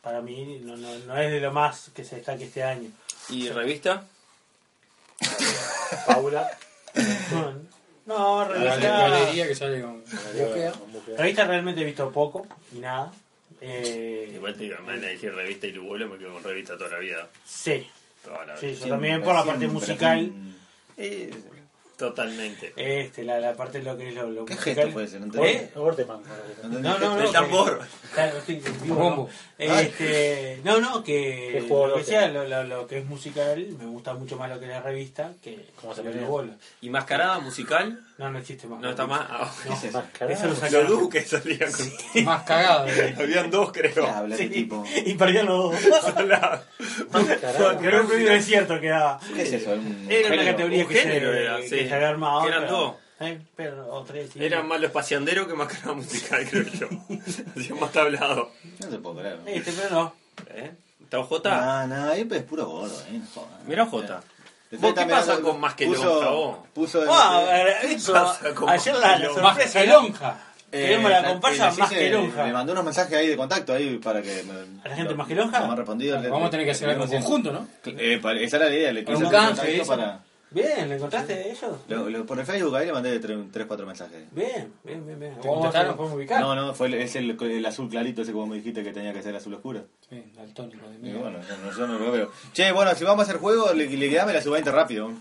Speaker 6: Para mí, no, no, no es de lo más que se destaque este año.
Speaker 5: ¿Y revista?
Speaker 7: Paula.
Speaker 6: No,
Speaker 4: La
Speaker 6: no realmente-
Speaker 4: galería que sale con.
Speaker 6: Revista realmente he visto poco y nada. Eh,
Speaker 5: Igual te digo, me van a decir revista y Lugola, me quedo con revista toda la vida.
Speaker 6: sí,
Speaker 5: Toda la
Speaker 6: sí,
Speaker 5: vida.
Speaker 6: yo también por la parte musical.
Speaker 5: Totalmente.
Speaker 6: Este, la, la parte de lo que es lo, lo
Speaker 3: ¿Qué
Speaker 6: musical.
Speaker 3: gesto puede ser? No entendí.
Speaker 6: ¿Eh?
Speaker 7: Orteman.
Speaker 6: No, no, no.
Speaker 5: El
Speaker 6: que-
Speaker 5: tambor.
Speaker 6: Claro, estoy- estoy- digo,
Speaker 4: Bombo.
Speaker 6: no. Este, no, no, que
Speaker 7: Qué juego
Speaker 6: lo que
Speaker 7: loco.
Speaker 6: sea lo, lo- lo que es musical, me gusta mucho más lo que es la revista que
Speaker 7: Como se
Speaker 6: lo que
Speaker 7: pelea.
Speaker 6: es bola.
Speaker 5: ¿Y mascarada musical?
Speaker 6: No, no existe más.
Speaker 5: No está más. Ah,
Speaker 3: ¿Qué
Speaker 6: No,
Speaker 3: es eso?
Speaker 6: eso lo
Speaker 7: Mascarada.
Speaker 6: sacaron.
Speaker 5: Los duques salían con.
Speaker 4: Más cagado. eh.
Speaker 5: Habían dos,
Speaker 3: ¿Qué
Speaker 5: creo.
Speaker 3: habla
Speaker 6: Sí,
Speaker 3: ese tipo?
Speaker 6: Y perdían los dos.
Speaker 5: Sola.
Speaker 6: Que era un premio desierto que daba.
Speaker 3: ¿Qué es eso? ¿Un
Speaker 6: Era
Speaker 3: género?
Speaker 6: una categoría
Speaker 5: un
Speaker 6: que,
Speaker 5: género
Speaker 6: se,
Speaker 5: era,
Speaker 6: que
Speaker 5: sí.
Speaker 6: se había armado.
Speaker 5: Eran
Speaker 6: pero-
Speaker 5: dos.
Speaker 6: eh, pero- o tres, sí.
Speaker 5: Era más lo espaciandero que mascarada musical, creo yo. Hacían más tablado.
Speaker 3: No te puedo creer. ¿no?
Speaker 6: Este, pero no.
Speaker 5: ¿Eh? ¿Está Jota?
Speaker 3: No, no, ahí es puro gordo, eh. Joder.
Speaker 5: Mirá Jota.
Speaker 3: Le
Speaker 5: ¿Vos
Speaker 3: está
Speaker 5: qué pasa
Speaker 3: mirando-
Speaker 5: con más que
Speaker 3: puso-
Speaker 5: lonja, vos?
Speaker 3: Puso
Speaker 6: Ah,
Speaker 3: eh,
Speaker 6: eh, eso,
Speaker 5: pasa con
Speaker 6: ayer la, la
Speaker 5: Masquelonja?
Speaker 4: Más
Speaker 6: sorpresa.
Speaker 4: calonja.
Speaker 3: Eh,
Speaker 6: Queremos la comparsa
Speaker 3: Narcisse
Speaker 6: más que
Speaker 3: Le
Speaker 6: lonja.
Speaker 3: mandó unos mensajes ahí de contacto ahí para que. me-
Speaker 6: ¿A la gente
Speaker 3: lo-
Speaker 6: más que lonja?
Speaker 3: no me han respondido. le-
Speaker 4: Vamos a tener que hacer algo en conjunto, ¿no?
Speaker 3: Eh, pa- esa era la idea, le
Speaker 4: Con
Speaker 3: puse
Speaker 4: un
Speaker 3: el
Speaker 4: canje,
Speaker 3: contacto
Speaker 4: eso.
Speaker 3: para.
Speaker 6: Bien, ¿lo encontraste de ellos?
Speaker 3: Lo, lo- por el Facebook ahí le mandé 3, 4 mensajes.
Speaker 6: Bien, bien, bien, bien.
Speaker 4: ¿Te contestaron?
Speaker 6: podemos ubicar?
Speaker 3: No, no, fue el, es el, el azul clarito, ese como me dijiste que tenía que ser azul oscuro.
Speaker 4: Sí, daltónico de
Speaker 3: Y
Speaker 4: mí.
Speaker 3: bueno, yo no, yo no lo veo. Che, bueno, si vamos a hacer juego, le, le quedame la sub-20 rápido.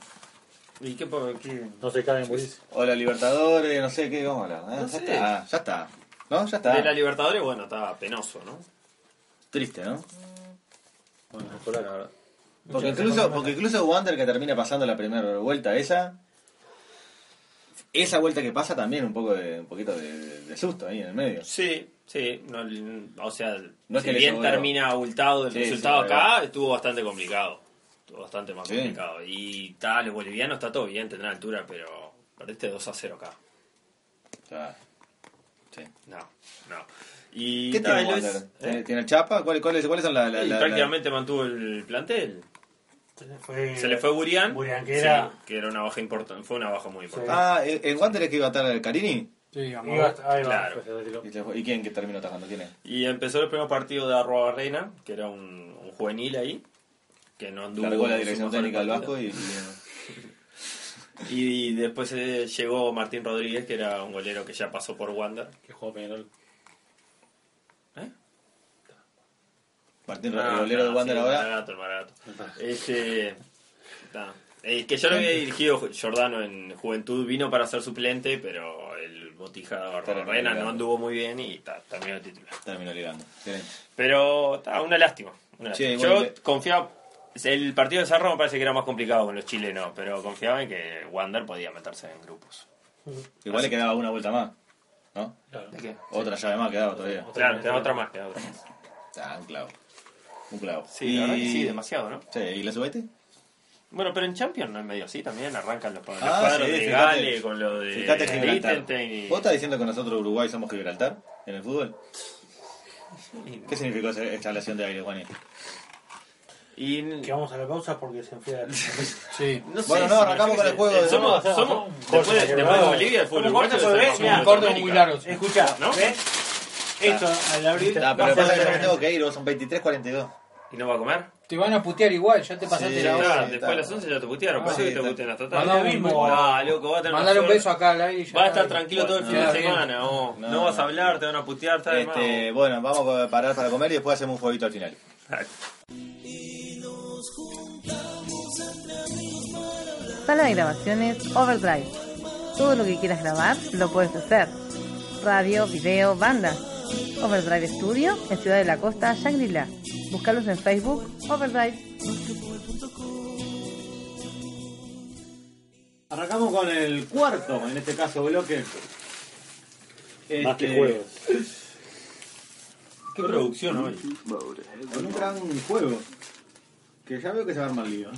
Speaker 5: ¿Y qué, po- qué?
Speaker 7: No se caen, Boris.
Speaker 3: O la Libertadores, no sé qué, vamos a hablar. ¿eh? ya
Speaker 5: No sé.
Speaker 3: está, ya está. ¿No? Ya está.
Speaker 5: De la Libertadores, bueno, está penoso, ¿no?
Speaker 3: Triste, ¿no?
Speaker 7: Bueno, Nicolás, la verdad.
Speaker 3: Porque incluso, porque incluso Wander que termina pasando la primera vuelta esa, esa vuelta que pasa también un poco de, un poquito de, de susto ahí en el medio.
Speaker 5: Sí, sí. no, o sea,
Speaker 3: No es
Speaker 5: si
Speaker 3: que le
Speaker 5: bien
Speaker 3: sobró.
Speaker 5: termina abultado el
Speaker 3: Sí,
Speaker 5: resultado
Speaker 3: sí,
Speaker 5: acá, estuvo bastante complicado. Estuvo bastante más
Speaker 3: Sí.
Speaker 5: complicado. Y tal, los bolivianos está todo bien, tendrán altura, pero perdiste 2 a 0 acá.
Speaker 3: O sea, sí.
Speaker 5: No, no. Y
Speaker 3: ¿Qué
Speaker 5: ta,
Speaker 3: tiene
Speaker 5: Luis,
Speaker 3: Wander? ¿Tiene,
Speaker 5: ¿eh?
Speaker 3: tiene chapa? ¿Cuáles cuáles cuáles son las... La,
Speaker 5: Y
Speaker 3: la- la-
Speaker 5: prácticamente mantuvo el plantel.
Speaker 6: Se le fue,
Speaker 5: Se le fue Burián.
Speaker 6: Burián, que era-
Speaker 5: Sí, que era una baja importante. Fue una baja muy importante.
Speaker 3: Ah, ¿el, el Wander es que iba a estar el Carini?
Speaker 4: Sí, amor.
Speaker 7: Iba hasta- ahí va,
Speaker 5: Claro.
Speaker 7: pues, se retiró.
Speaker 3: ¿Y, se fue- y quién que terminó tajando? ¿Quién es?
Speaker 5: Y empezó el primer partido de Arroba Reina, que era un, un juvenil ahí, que no anduvo.
Speaker 3: Largó la
Speaker 5: su
Speaker 3: dirección
Speaker 5: mejor
Speaker 3: técnica del
Speaker 5: partido.
Speaker 3: Vasco y...
Speaker 5: Y después eh, llegó Martín Rodríguez, que era un golero que ya pasó por Wanda.
Speaker 7: Que jugó Peñarol.
Speaker 5: ¿Eh?
Speaker 3: Martín
Speaker 5: Ah,
Speaker 3: Rodríguez, de
Speaker 5: ah,
Speaker 3: Wander
Speaker 5: sí,
Speaker 3: ahora.
Speaker 5: Maragato, el Maragato. Este. ta. Eh, que ya lo había dirigido Jordano en Juventud, vino para ser suplente, pero el botija
Speaker 3: Terminó
Speaker 5: Reina
Speaker 3: ligando.
Speaker 5: no anduvo muy bien y ta, terminó de titular.
Speaker 3: Terminó ligando. Bien.
Speaker 5: Pero está, una lástima. una
Speaker 3: Sí, eh,
Speaker 5: lástima.
Speaker 3: igual
Speaker 5: Yo
Speaker 3: que-
Speaker 5: confiaba. El partido de Cerro me parece que era más complicado con los chilenos, pero confiaba en que Wander podía meterse en grupos.
Speaker 3: Igual le quedaba una vuelta más, ¿no?
Speaker 7: Claro.
Speaker 3: Otra llave más quedaba todavía.
Speaker 5: Claro, queda otra más, queda otra más.
Speaker 3: Ah, un clavo. Un clavo.
Speaker 5: Sí, la verdad que sí, demasiado, ¿no?
Speaker 3: Sí, ¿y la subete?
Speaker 5: Bueno, pero en Champions no es medio así, también arrancan los, los
Speaker 3: Ah,
Speaker 5: cuadros
Speaker 3: sí,
Speaker 5: de
Speaker 3: fíjate.
Speaker 5: Gales con lo de
Speaker 3: Fíjate Gibraltar.
Speaker 5: Liechtenstein y-
Speaker 3: ¿Vos estás diciendo que nosotros Uruguay somos Gibraltar en el fútbol?
Speaker 5: Sí.
Speaker 3: ¿Qué significó esa instalación de aire, Juaní?
Speaker 5: Y
Speaker 6: Que vamos a la pausa porque se enfría.
Speaker 4: Sí.
Speaker 5: no sé
Speaker 3: Bueno, no,
Speaker 5: si-
Speaker 3: arrancamos con el juego de-
Speaker 5: Somos,
Speaker 7: no, no,
Speaker 5: somos-
Speaker 7: no.
Speaker 5: después, de-
Speaker 7: Corta,
Speaker 5: después de
Speaker 7: que
Speaker 5: Bolivia, el fútbol
Speaker 6: Somos
Speaker 5: uruguayo
Speaker 6: cortos,
Speaker 5: somos
Speaker 6: ¿ves?
Speaker 5: los
Speaker 6: Mira,
Speaker 5: mejores de
Speaker 4: Cortos muy
Speaker 5: América.
Speaker 4: largos.
Speaker 6: Escucha,
Speaker 5: ¿No?
Speaker 6: ¿ves? Esto, al abrir.
Speaker 3: Ah,
Speaker 6: va
Speaker 3: pero
Speaker 6: a
Speaker 3: pasa
Speaker 6: ser-
Speaker 3: que yo me tengo que ir, vos son 23.42.
Speaker 5: ¿Y no va a comer?
Speaker 4: Te van a putear igual, ya te pasaste
Speaker 3: Sí,
Speaker 4: la
Speaker 5: Ya,
Speaker 4: hora.
Speaker 3: está.
Speaker 5: después de las 11 ya te putearon,
Speaker 4: Ah,
Speaker 5: parece
Speaker 3: sí,
Speaker 5: que te
Speaker 3: está.
Speaker 5: putean hasta
Speaker 4: Mandá
Speaker 5: tarde.
Speaker 4: un mismo.
Speaker 5: Ah, loco, va a tener una
Speaker 4: Mandale un
Speaker 5: suerte.
Speaker 4: beso acá al aire y ya.
Speaker 5: Va a estar
Speaker 4: está.
Speaker 5: tranquilo todo el fin
Speaker 4: Claro.
Speaker 5: de semana, vos.
Speaker 3: No,
Speaker 5: No, vas
Speaker 3: no.
Speaker 5: a hablar, te van a putear, está de más,
Speaker 3: Este,
Speaker 5: vos.
Speaker 3: bueno, vamos a parar para comer y después hacemos un jueguito al final.
Speaker 5: Dale.
Speaker 2: y nos juntamos
Speaker 10: Sala de grabaciones Overdrive. Todo lo que quieras grabar lo puedes hacer. Radio, video, bandas. Overdrive Studio en Ciudad de la Costa, Shangri-La. Búscalos en Facebook, Overdrive.
Speaker 3: Arrancamos con el cuarto, en este caso, bloque.
Speaker 6: Más que
Speaker 3: Este,
Speaker 6: juegos.
Speaker 5: Qué producción hoy.
Speaker 3: Con un gran juego. Que ya veo que se va a armar lío.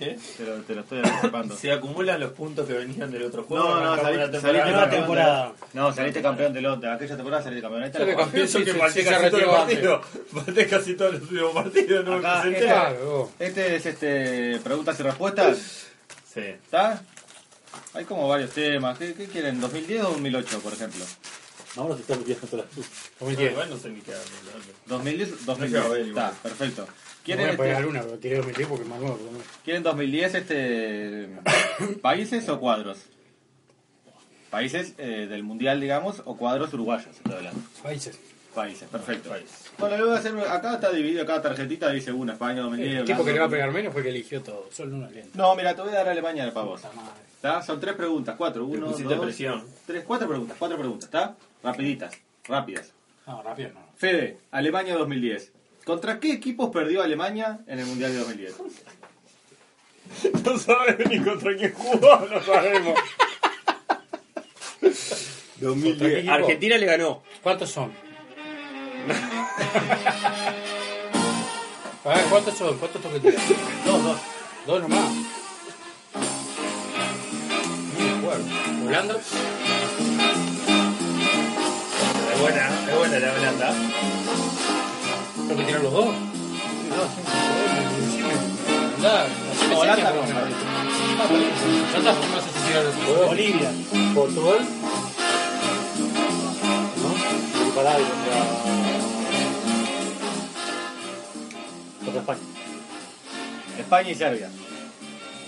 Speaker 3: ¿eh? Te lo, te lo estoy anticipando.
Speaker 5: Se acumulan los puntos que venían del otro juego.
Speaker 3: No, no,
Speaker 5: Arrancamos
Speaker 3: saliste,
Speaker 5: la
Speaker 3: saliste
Speaker 5: temporada.
Speaker 3: campeón de-
Speaker 6: temporada.
Speaker 3: No, saliste campeón del otro. Aquella temporada saliste campeón. Esta
Speaker 4: Yo
Speaker 3: la
Speaker 4: que campeón
Speaker 5: Pienso
Speaker 4: Sí,
Speaker 5: que
Speaker 4: sí,
Speaker 5: maté
Speaker 4: sí, se
Speaker 5: casi todo el
Speaker 4: retiró
Speaker 5: partido. Maté casi todos los últimos partidos. No me
Speaker 3: Acá, eh,
Speaker 5: presenté.
Speaker 4: Claro, vos.
Speaker 3: Este es este preguntas y respuestas.
Speaker 5: Sí.
Speaker 3: ¿Está? Hay como varios temas. ¿Qué, qué quieren? ¿2010 o 2008, por ejemplo?
Speaker 6: Ahora se está metiendo con la
Speaker 5: No, igual no sé ni qué hablo, la verdad.
Speaker 3: 2010,
Speaker 5: No sé,
Speaker 3: 2010.
Speaker 5: igual.
Speaker 3: Está, perfecto.
Speaker 4: No voy
Speaker 3: ¿Quieren,
Speaker 4: a pegar
Speaker 3: este-
Speaker 4: una, pero tiré mi tiempo que más nuevo. pero no.
Speaker 3: ¿quieren 2010 este países o cuadros? Países eh, del mundial, digamos, o cuadros uruguayos, estoy hablando.
Speaker 4: Países.
Speaker 3: Países, perfecto. Bueno, lo voy a hacer. Acá está dividido, cada tarjetita dice una, España,
Speaker 4: El
Speaker 3: 2010.
Speaker 4: tipo que le va a
Speaker 3: Holanda.
Speaker 4: pegar menos fue que eligió todo. Solo una lenta.
Speaker 3: No, mira, te voy a dar Alemania para vos.
Speaker 4: Puta madre.
Speaker 3: ¿Está? Son tres preguntas, cuatro, uno,
Speaker 5: pusiste
Speaker 3: dos,
Speaker 5: presión.
Speaker 3: tres, cuatro preguntas, cuatro preguntas, ¿está? Rapiditas, rápidas.
Speaker 4: No, rápido no.
Speaker 3: Fede, Alemania 2010. ¿Contra qué equipos perdió Alemania en el Mundial de 2010?
Speaker 5: No sabes ni contra quién jugó, no sabemos.
Speaker 4: ¿Contra qué equipo?
Speaker 5: Argentina le ganó.
Speaker 4: ¿Cuántos son? A ver, ¿cuántos son? ¿Cuántos toques tiras?
Speaker 3: Dos, dos.
Speaker 4: Dos nomás. No me acuerdo. ¿Holanda?
Speaker 5: Es buena, es buena la Holanda.
Speaker 4: ¿Tengo que tirar los dos? Andá, haceme
Speaker 3: Holanda
Speaker 4: señas,
Speaker 3: no.
Speaker 4: por lo menos. Ya está, pues, no me haces tirar los dos.
Speaker 6: Bolivia.
Speaker 7: Portugal,
Speaker 6: ¿no? Y Pará, y contra. contra España.
Speaker 3: España y Serbia.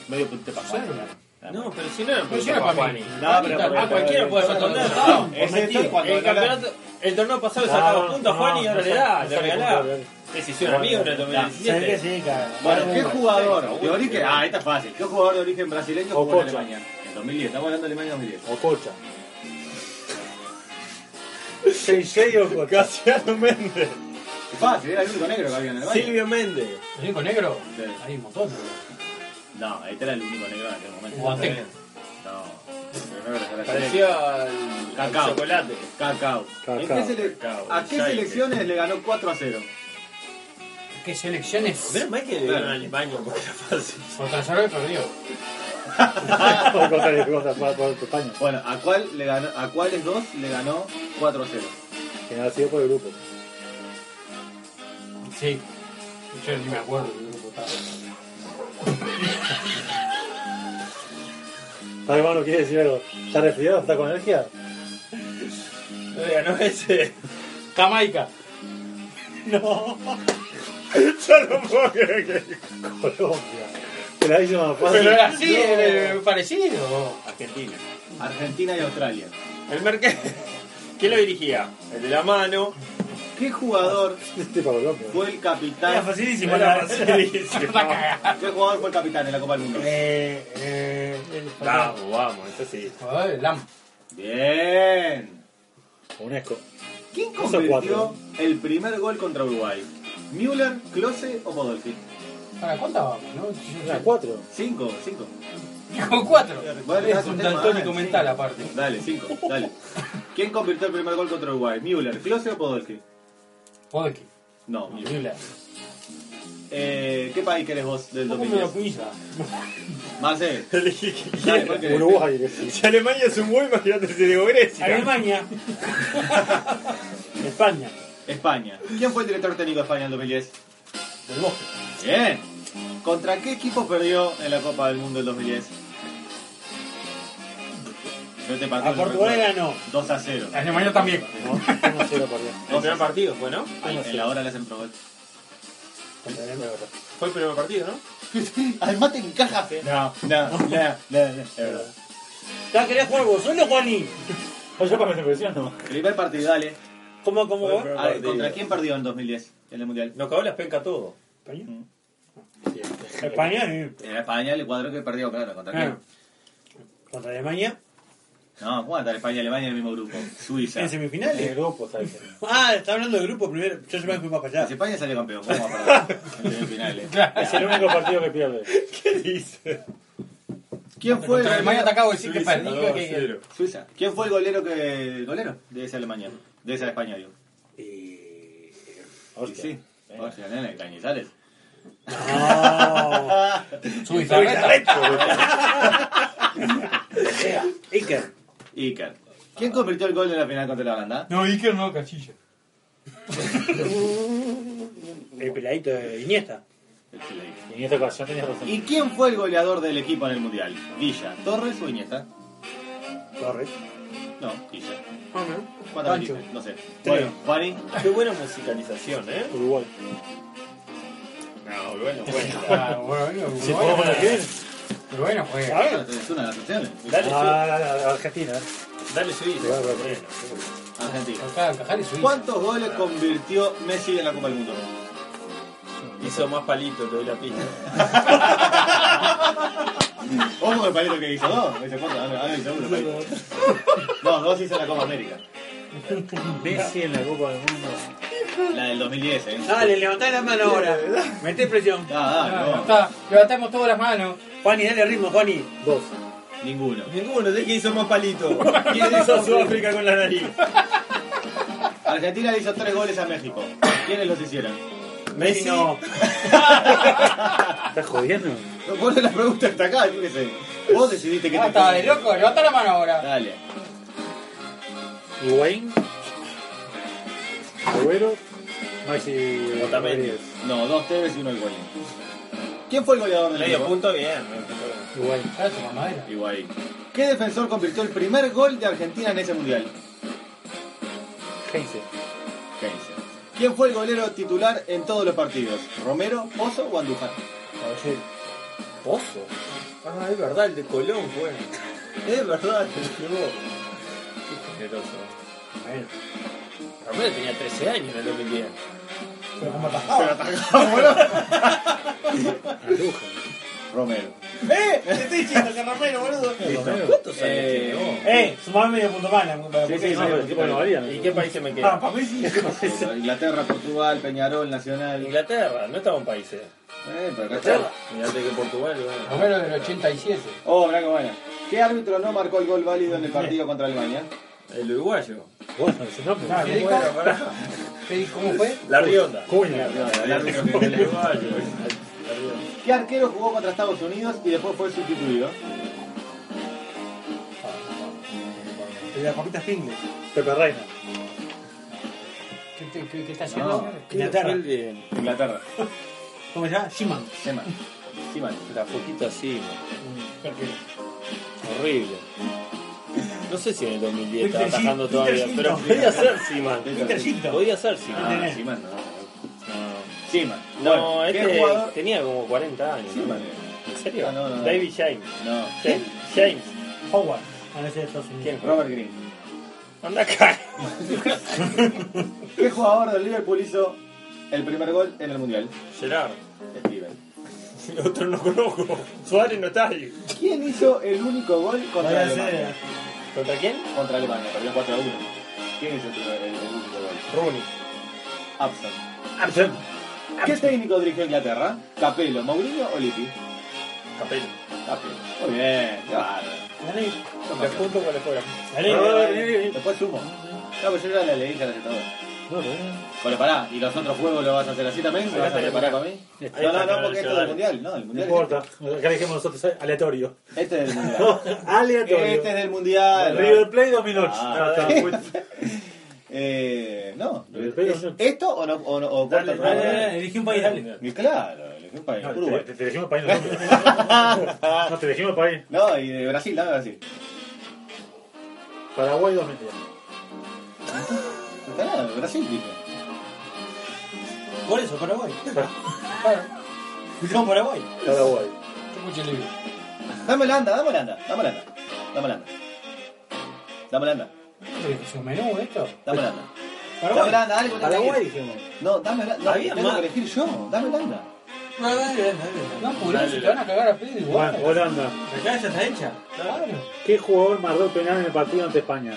Speaker 3: Medio punto para
Speaker 4: Serbia.
Speaker 5: No, pero si no era
Speaker 4: Pero si era Pues para mí.
Speaker 3: No, pero
Speaker 4: Ah,
Speaker 3: pero-
Speaker 5: cualquiera puede hacer torneo.
Speaker 3: No,
Speaker 5: No,
Speaker 3: ese
Speaker 6: mentira.
Speaker 3: es cuando
Speaker 5: el,
Speaker 3: gana-
Speaker 5: campeonato, el torneo pasado le
Speaker 6: No,
Speaker 5: sacaba puntos a
Speaker 6: no,
Speaker 5: Juan y ahora
Speaker 6: no
Speaker 5: le da, le
Speaker 6: sale- no sale
Speaker 5: regalaba.
Speaker 6: puntual,
Speaker 5: Decisión amigo en el
Speaker 6: ¿Sabes qué?
Speaker 5: 2017.
Speaker 6: Sí, claro.
Speaker 3: Bueno,
Speaker 6: Vale,
Speaker 3: ¿qué
Speaker 6: bueno.
Speaker 3: jugador de origen? Ah, esta es fácil. ¿Qué jugador de origen brasileño
Speaker 6: O
Speaker 3: jugó en
Speaker 6: Pocho.
Speaker 3: Alemania? En 2010, estamos hablando de Alemania 2010.
Speaker 6: O Cocha.
Speaker 5: Mm.
Speaker 6: Sensei o Cocha.
Speaker 5: Casiano Méndez.
Speaker 3: Es fácil, era el único negro que había en Alemania.
Speaker 5: Silvio Méndez.
Speaker 4: ¿El único negro?
Speaker 3: Sí.
Speaker 4: Hay un montón.
Speaker 3: No, este era el único negro en aquel momento.
Speaker 4: Guateque.
Speaker 3: No, el primero que se la-
Speaker 5: Parecía al
Speaker 3: Cacao.
Speaker 5: al chocolate.
Speaker 3: Cacao.
Speaker 6: Cacao.
Speaker 3: ¿En qué sele-
Speaker 5: Cacao.
Speaker 3: ¿A qué
Speaker 5: Shake.
Speaker 3: selecciones le ganó 4 a 0?
Speaker 4: ¿Qué selecciones?
Speaker 5: Menos mal que le
Speaker 3: Claro.
Speaker 5: dieron al baño porque era fácil.
Speaker 4: Contra Sarabia perdió.
Speaker 6: O contra contra- contra- contra España.
Speaker 3: Bueno, ¿a, cuál le ganó, ¿a cuáles dos le ganó 4 a 0?
Speaker 6: Que no ha sido por el grupo.
Speaker 4: Sí. Yo ni me acuerdo del grupo estaba.
Speaker 6: Está hermano, quiere decir algo. ¿Está resfriado? ¿Está con energía?
Speaker 5: Le ganó ese.
Speaker 4: Jamaica.
Speaker 5: Yo no puedo creer que.
Speaker 6: Colombia. Te la hice más fácil.
Speaker 4: Pero era así, eh, parecido.
Speaker 5: Argentina.
Speaker 3: Argentina y Australia.
Speaker 5: El Merkel. ¿Quién lo dirigía? El de la mano.
Speaker 3: ¿Qué jugador
Speaker 6: Este para Colombia.
Speaker 3: fue el
Speaker 4: pues,
Speaker 3: capitán? Ah,
Speaker 6: facilísimo.
Speaker 4: Para cagar.
Speaker 3: ¿Qué jugador fue el capitán en la Copa del Mundo?
Speaker 6: Eh, eh, el-
Speaker 5: Vamos, vamos, eso sí.
Speaker 4: Ay, Lam.
Speaker 3: Bien.
Speaker 6: UNESCO.
Speaker 3: ¿Quién
Speaker 6: Esos
Speaker 3: convirtió
Speaker 6: cuatro.
Speaker 3: el primer gol contra Uruguay? ¿Müller, Klose o Podolski?
Speaker 4: ¿Para cuántas vamos? No?
Speaker 6: Eran cuatro.
Speaker 3: Cinco, cinco.
Speaker 4: Con cuatro.
Speaker 3: Vale,
Speaker 4: es
Speaker 3: hace un
Speaker 4: un
Speaker 3: tema,
Speaker 4: daltónico
Speaker 3: sí.
Speaker 4: mental aparte.
Speaker 3: Dale, cinco, dale. ¿Quién convirtió el primer gol contra Uruguay? ¿Müller, Klose o Podolski?
Speaker 4: Podolski.
Speaker 3: No, Müller.
Speaker 4: Müller.
Speaker 3: Eh, ¿Qué país querés vos del
Speaker 4: ¿Cómo me lo
Speaker 3: 2010?
Speaker 4: pisa?
Speaker 3: Marcel. Dale, ¿cuál querés?
Speaker 6: Uruguay. que sí.
Speaker 5: Si Alemania es un buen, imagínate si digo Grecia.
Speaker 4: Alemania.
Speaker 6: España.
Speaker 3: España. ¿Quién fue el director técnico de España en 2010?
Speaker 4: Del bosque.
Speaker 3: Bien. ¿Contra qué equipo perdió en la Copa del Mundo del 2010? Yo te pateo
Speaker 6: A
Speaker 3: el
Speaker 6: Portugal
Speaker 3: recuerdo.
Speaker 6: ganó.
Speaker 3: 2 a 0.
Speaker 4: Alemania también.
Speaker 6: No, no se lo perdió.
Speaker 5: El primer partido fue, pues, ¿no?
Speaker 3: Ay, en la hora le hacen probar.
Speaker 6: Contra Alemania.
Speaker 5: Fue el primer partido, ¿no?
Speaker 3: Además te encaja, fe. No, no, no, no, no, es verdad.
Speaker 6: Ya quería jugar vos solo, Juaní.
Speaker 7: allá para la selección no.
Speaker 3: Primer partido, dale.
Speaker 6: ¿Cómo, cómo
Speaker 5: Fue el
Speaker 6: va?
Speaker 5: primer
Speaker 3: A ver,
Speaker 5: partido.
Speaker 3: ¿Contra quién perdió en 2010 en el Mundial?
Speaker 5: Nos cagó las pencas todo.
Speaker 6: España. España y
Speaker 3: Era España el cuadro que perdió, claro, contra quién?
Speaker 6: Ah. contra Alemania
Speaker 3: No, ¿cuánta? España y Alemania en el mismo grupo. Suiza.
Speaker 6: en semifinales.
Speaker 7: El grupo, ¿sabes?
Speaker 6: Ah, está hablando de grupo primero. Yo se me fui más para
Speaker 3: Si
Speaker 6: allá.
Speaker 3: España salió campeón, ¿cómo va a perder en semifinales?
Speaker 7: Es el único partido que pierde.
Speaker 3: ¿Quién fue el
Speaker 4: Contra Alemania
Speaker 3: golero?
Speaker 4: te acabo de decir que perdí. que-
Speaker 3: Suiza. ¿Quién fue el golero que el golero de esa Alemania? De esa España, digo.
Speaker 4: Eh,
Speaker 6: Y...
Speaker 3: Y Sí. Hostia, nene, Cañizales.
Speaker 6: No.
Speaker 4: Suiza,
Speaker 6: Iker.
Speaker 3: Iker. ¿Quién convirtió el gol de la final contra la Holanda?
Speaker 4: No, Iker no, Cachilla.
Speaker 6: El peladito de Iniesta.
Speaker 3: Excelente.
Speaker 7: Y en esta ocasión tenías razón.
Speaker 3: ¿Y quién fue el goleador del equipo en el Mundial? ¿Villa, Torres o Iniesta?
Speaker 6: Torres.
Speaker 3: No, Villa.
Speaker 6: Ah, no.
Speaker 3: ¿Cuántas
Speaker 6: Pancho.
Speaker 3: veces? No sé.
Speaker 6: Tres.
Speaker 3: Bueno, Juani.
Speaker 5: Qué buena musicalización, ¿eh?
Speaker 7: Uruguay.
Speaker 5: No, bueno, bueno.
Speaker 4: Ah, bueno,
Speaker 7: Si podemos poner bien.
Speaker 4: Pero bueno, pues, juega.
Speaker 3: Bueno, Es una de las opciones.
Speaker 5: Dale,
Speaker 7: Ah, Argentina.
Speaker 5: su- dale Suiza. Bueno,
Speaker 3: Argentina.
Speaker 4: Acá, encajar y Suiza.
Speaker 3: ¿Cuántos goles convirtió Messi en la Copa del Mundo?
Speaker 5: Hizo más palito, te doy la pista.
Speaker 3: Ojo con el palito que hizo dos. Ese cuatro, dame, dame el segundo palito. No, dos hizo en la Copa América.
Speaker 7: Messi en la Copa del Mundo.
Speaker 3: La del 2010, ¿eh?
Speaker 6: Dale, levantá la mano ahora. Meté presión.
Speaker 3: Ah,
Speaker 4: Ah,
Speaker 3: ah,
Speaker 4: está. Levantamos todas las manos.
Speaker 6: Juani, dale ritmo, Juani.
Speaker 7: Dos.
Speaker 3: no. Ninguno.
Speaker 5: Ninguno, sé que hizo más palito. ¿Quién hizo Sudáfrica con la nariz?
Speaker 3: Argentina le hizo tres goles a México. ¿Quiénes los hicieron?
Speaker 6: Messi. No.
Speaker 7: ¿Estás jodiendo?
Speaker 3: No pones la pregunta hasta acá, yo qué sé. Vos decidiste que
Speaker 4: Ah, está de
Speaker 3: te
Speaker 4: loco. Levanta la mano ahora.
Speaker 3: Dale.
Speaker 7: Higuaín. Agüero. Maxi.
Speaker 5: Otamendi.
Speaker 3: No, dos Tevez y uno Higuaín. ¿Quién fue el goleador del
Speaker 5: Medio
Speaker 3: equipo?
Speaker 5: punto, bien.
Speaker 7: Higuaín.
Speaker 4: Ah, su mamadera.
Speaker 3: Higuaín. ¿Qué defensor convirtió el primer gol de Argentina en ese mundial?
Speaker 7: Heinze.
Speaker 3: Heinze. ¿Quién fue el golero titular en todos los partidos? ¿Romero, Pozo o Andújar?
Speaker 4: Caballero.
Speaker 5: ¿Pozo? Ah, es verdad, el de Colón, fue. Es verdad, te lo llevó. Qué generoso.
Speaker 4: Bueno.
Speaker 5: Romero tenía 13 años en el 2010.
Speaker 4: Pero como atajaba.
Speaker 3: Romero.
Speaker 6: ¡Eh! Te estoy diciendo que Romero, boludo.
Speaker 5: ¿Cuántos años tiene?
Speaker 6: Eh, sumame medio punto más. la- para-
Speaker 3: Sí, sí,
Speaker 6: porque-
Speaker 3: sí,
Speaker 7: pero el equipo no valía, ¿no?
Speaker 5: ¿Y qué país se me
Speaker 6: Ah,
Speaker 5: queda?
Speaker 6: para mí sí.
Speaker 3: Inglaterra, Portugal, Peñarol, Nacional.
Speaker 5: Inglaterra, no estaba en países.
Speaker 3: Eh, perfecto.
Speaker 5: Inglaterra. Mirate que Portugal, bueno.
Speaker 4: Romero del 87.
Speaker 3: Oh, mirá qué buena. ¿Qué árbitro no marcó el gol válido en el partido contra Alemania?
Speaker 5: El uruguayo.
Speaker 7: Bueno, ese nombre.
Speaker 4: Ah, ¿Qué dijo?
Speaker 5: Bueno, pará.
Speaker 4: ¿Qué dijo? ¿Cómo fue?
Speaker 5: La Rionda.
Speaker 7: Cuña.
Speaker 3: El árbitro que eh. no
Speaker 5: El
Speaker 3: le-
Speaker 5: uruguayo.
Speaker 3: ¿Qué arquero jugó contra Estados Unidos y después fue sustituido?
Speaker 6: De las papitas Pringles.
Speaker 7: Pepe Reina.
Speaker 4: ¿Qué, te- qué- qué está haciendo?
Speaker 6: Inglaterra.
Speaker 3: Inglaterra.
Speaker 6: ¿Cómo se llama? Shiman.
Speaker 3: Seman. Seman.
Speaker 5: La foquita así, horrible. No sé si en el 2010 estaba
Speaker 6: Peter
Speaker 5: atajando
Speaker 6: Shil-
Speaker 5: todavía,
Speaker 6: Peter
Speaker 5: pero
Speaker 6: Shilton.
Speaker 5: podía ser Siman.
Speaker 3: Peter
Speaker 6: Shilton.
Speaker 5: Podía ser Siman.
Speaker 3: Ah,
Speaker 6: tenés.
Speaker 3: Seaman, no.
Speaker 5: Ah. No,
Speaker 3: Seaman.
Speaker 5: No,
Speaker 3: Bueno, ¿qué
Speaker 5: este
Speaker 3: jugador?
Speaker 5: tenía como 40 años. ¿no?
Speaker 3: Seaman.
Speaker 5: ¿En serio?
Speaker 3: Ah, no, no, no.
Speaker 5: David James.
Speaker 3: No.
Speaker 5: James. James.
Speaker 6: Howard. A ver si es Estados Unidos.
Speaker 5: ¿Quién?
Speaker 3: Robert Green.
Speaker 5: Anda acá.
Speaker 3: ¿Qué jugador del Liverpool hizo el primer gol en el Mundial?
Speaker 5: Gerard.
Speaker 3: Steven.
Speaker 5: Otro no conozco. Suárez no está ahí.
Speaker 3: ¿Quién hizo el único gol contra
Speaker 6: Vaya a
Speaker 3: Alemania?
Speaker 6: ser.
Speaker 5: ¿Contra quién?
Speaker 3: Contra Alemania, perdió 4 a 1. ¿Quién hizo el, primer- el- el único gol?
Speaker 5: Rooney.
Speaker 3: Abson.
Speaker 5: Ah,
Speaker 3: ¿Qué técnico dirigió Inglaterra? ¿Capello, Mourinho o Lippi?
Speaker 5: Capello.
Speaker 3: Capello. Muy bien, qué bárbaro.
Speaker 6: Gané.
Speaker 5: Los puntos cuáles fueron.
Speaker 6: Gané.
Speaker 3: Después sumo. No, pues yo ya la leí, ya la sé todo.
Speaker 7: No, no.
Speaker 3: Bueno, pará, ¿y los otros juegos lo vas a hacer así también? ¿Lo vas a preparar para mí? No, no, no, porque esto es del mundial, no, el
Speaker 7: No
Speaker 3: mundial.
Speaker 7: importa. Acá dijimos nosotros eh, aleatorio.
Speaker 3: es- Este es del mundial.
Speaker 7: aleatorio.
Speaker 3: Este es del
Speaker 5: Ah,
Speaker 3: mundial.
Speaker 7: River Plate 2008.
Speaker 3: Ah.
Speaker 7: Ah, está.
Speaker 3: Eh, no.
Speaker 7: River Plate
Speaker 3: ¿Es
Speaker 7: 2008.
Speaker 3: ¿Esto o no? O, no, o
Speaker 5: Dale,
Speaker 3: cuartos
Speaker 5: dale,
Speaker 3: de-
Speaker 5: dale,
Speaker 6: Elegí un país, dale.
Speaker 3: Y claro, elegí un país,
Speaker 7: No,
Speaker 3: Uruguay.
Speaker 7: te, te elegimos país nosotros. no, te elegimos país.
Speaker 3: No, y de Brasil, dame Brasil.
Speaker 7: Paraguay 2010.
Speaker 3: No está nada, Brasil, dije.
Speaker 6: Por eso, Paraguay. Escuchamos Paraguay.
Speaker 7: Paraguay.
Speaker 4: Yo escuché el libro.
Speaker 3: Dame Holanda, dame Holanda, dame Holanda. Dame Holanda. Dame Holanda,
Speaker 4: ¿Qué es su menú esto?
Speaker 3: dame Holanda. Dame
Speaker 6: Paraguay.
Speaker 3: Holanda, dale,
Speaker 7: Paraguay dijimos.
Speaker 3: No, dame Holanda. No,
Speaker 5: Había
Speaker 3: tengo
Speaker 5: más.
Speaker 3: que elegir yo, dame Holanda.
Speaker 11: No, dale, dale, dale.
Speaker 4: No, apurá, se te van a cagar a pedo igual.
Speaker 6: Bueno, Holanda.
Speaker 11: La cara ya está hecha.
Speaker 4: Claro.
Speaker 6: ¿Qué jugador marcó el penal en el partido ante España?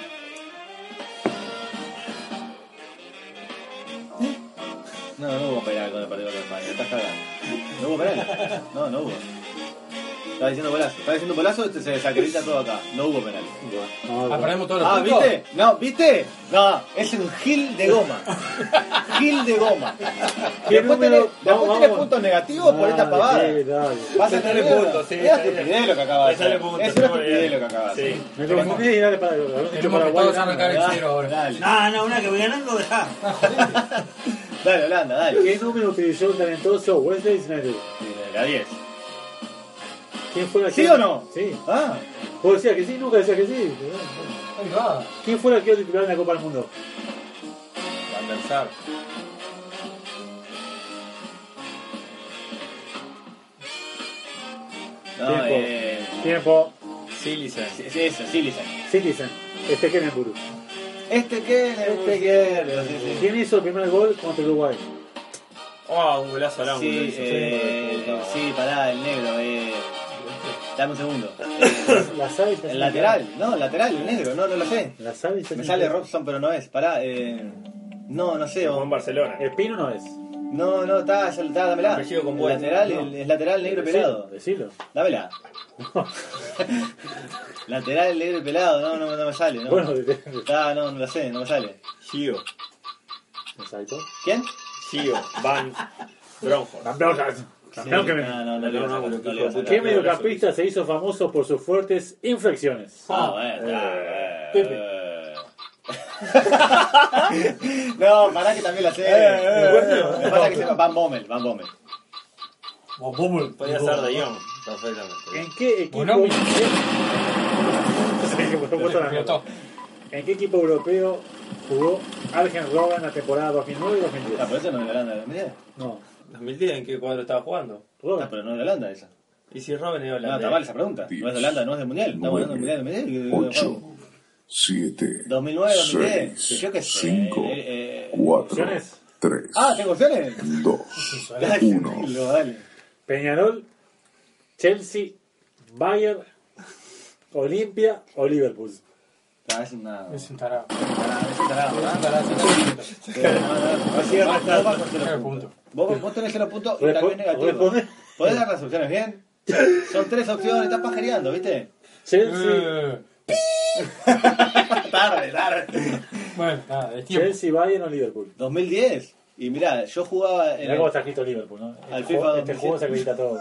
Speaker 3: No, no hubo penal con el partido de España, estás cagando. No hubo penal. No, no hubo. Estaba diciendo golazo. Estaba diciendo golazo, este se desacredita todo acá. No hubo penal.
Speaker 6: No,
Speaker 4: Ah, perdemos todos los
Speaker 3: Ah,
Speaker 4: puntos.
Speaker 3: ¿viste? No, ¿viste? No, es un gil de goma. Gil de goma.
Speaker 6: ¿Qué
Speaker 3: Después tenés,
Speaker 6: número?
Speaker 3: después
Speaker 6: Vamos,
Speaker 3: tenés
Speaker 6: vamos.
Speaker 3: puntos negativos por esta
Speaker 6: Dale,
Speaker 3: pavada.
Speaker 6: sí, dale.
Speaker 3: Vas a
Speaker 5: Te sale
Speaker 3: tener puntos,
Speaker 5: puntos, sí,
Speaker 3: Es una
Speaker 5: está bien.
Speaker 3: estupidez lo que acabas de
Speaker 5: Te sale
Speaker 3: hacer.
Speaker 5: puntos,
Speaker 3: Es una
Speaker 5: está muy
Speaker 3: estupidez
Speaker 5: bien.
Speaker 3: lo que acabas de hacer.
Speaker 5: Sí.
Speaker 6: Me confundí y dale para el otro.
Speaker 4: Tenemos que todos arrancar el
Speaker 3: Dale,
Speaker 4: cero ahora.
Speaker 3: Dale,
Speaker 11: No, no, una que voy ganando, dejá.
Speaker 3: dale, Holanda, dale.
Speaker 6: ¿Qué número utilizó el talentoso Wesley Snyder?
Speaker 3: La 10.
Speaker 6: ¿Quién fue el
Speaker 3: ¿Sí
Speaker 6: arquero?
Speaker 3: o no?
Speaker 6: Sí.
Speaker 3: Ah,
Speaker 6: Vos decías que sí, nunca decías que sí.
Speaker 4: Ahí va.
Speaker 6: ¿Quién fue el arquero titular en la Copa del Mundo?
Speaker 3: Van der Sar. No,
Speaker 6: Tiempo.
Speaker 3: eh.
Speaker 6: Tiempo.
Speaker 5: Silisa.
Speaker 3: Es eso, sí, Lisa.
Speaker 6: Citizen. Este que en el Buru.
Speaker 3: Este que es el
Speaker 6: Este
Speaker 3: izquierdo, sí, sí.
Speaker 6: ¿Quién hizo el primer gol contra Uruguay?
Speaker 5: Oh, un golazo al ángulo.
Speaker 3: Sí,
Speaker 5: hizo.
Speaker 3: eh, sí, pará, el negro, eh. Dame un segundo.
Speaker 6: La sabe.
Speaker 3: El lateral, no, el lateral, el negro, no, no lo sé.
Speaker 6: La sabe.
Speaker 3: Me sale Robson, pero no es, pará, eh. No, no sé,
Speaker 5: Jugó en
Speaker 3: o-
Speaker 5: Barcelona.
Speaker 6: Espino no es.
Speaker 3: no, no, está, está, dámela.
Speaker 5: Apellido con
Speaker 3: El
Speaker 5: vuelta,
Speaker 3: lateral,
Speaker 5: no.
Speaker 3: el, es lateral negro pelado.
Speaker 6: Decilo.
Speaker 3: Dámela. lateral negro pelado, no, no, no me sale, no.
Speaker 6: Bueno, de- de-
Speaker 3: Ah, no, no lo sé, no me sale.
Speaker 5: Gio.
Speaker 6: exacto.
Speaker 3: ¿Quién?
Speaker 5: Gio. Van. Bronjo.
Speaker 6: Campeón, campeón que me...
Speaker 3: No, no, no, le vas a sacar, no, le vas a sacar.
Speaker 6: ¿Qué mediocampista se hizo famoso por sus fuertes inflexiones?
Speaker 3: Ah, bueno, eh,
Speaker 4: Pepe.
Speaker 3: eh. no, pará que también la sé. Me pasa que se llama Van Bommel, Van Bommel.
Speaker 5: Podía ser de Ion. Perfectamente.
Speaker 6: ¿En qué equipo?
Speaker 4: Bonomi.
Speaker 6: Sí, que por supuesto la
Speaker 4: Explotó.
Speaker 6: ¿En qué equipo europeo jugó Arjen Robben la temporada 2009 y
Speaker 3: Ah,
Speaker 6: 2010?
Speaker 3: pero eso no es de Holanda, mirá.
Speaker 6: No,
Speaker 5: 2010, ¿en qué cuadro estaba jugando?
Speaker 3: Ah,
Speaker 6: Robben.
Speaker 3: pero no es de Holanda esa.
Speaker 5: Y si Robin es
Speaker 3: No,
Speaker 5: holandés.
Speaker 3: está mal esa pregunta. No es de Holanda, no es del Mundial. Estamos hablando del Mundial del Mundial. y-
Speaker 1: 8, 7,
Speaker 3: 2009, 2010.
Speaker 1: Seis,
Speaker 3: Yo qué sé.
Speaker 1: cinco,
Speaker 3: eh, eh,
Speaker 1: 4,
Speaker 6: Opciones.
Speaker 1: 3,
Speaker 3: Ah, ¿tengo opciones?
Speaker 1: 2,
Speaker 3: Dale,
Speaker 1: Uno.
Speaker 3: tranquilo, dale.
Speaker 6: Peñarol, Chelsea, Bayern, Olimpia o Liverpool.
Speaker 3: Ah, es una...
Speaker 4: Es un tarado.
Speaker 3: Ah, es un tarado, ¿verdad?
Speaker 4: Tarado, tarado.
Speaker 3: No, no, no. Así es,
Speaker 6: Vamos,
Speaker 3: vos vas con
Speaker 4: Cero
Speaker 3: cero puntos.
Speaker 4: puntos.
Speaker 3: Vos, vos tenés cero puntos y
Speaker 6: Respo-
Speaker 3: también negativo.
Speaker 6: responde.
Speaker 3: Podés dar las opciones bien. Son tres opciones, estás pajareando, ¿viste?
Speaker 6: Chelsea,
Speaker 4: Eh,
Speaker 3: tarde, tarde.
Speaker 4: Bueno, nada, es tiempo.
Speaker 6: Chelsea, Bayern o Liverpool.
Speaker 3: 2010. Y mirá, yo jugaba en
Speaker 6: Mirá cómo está escrito Liverpool, ¿no? Este,
Speaker 3: Al
Speaker 6: juego-
Speaker 3: FIFA
Speaker 6: este juego se acredita todo.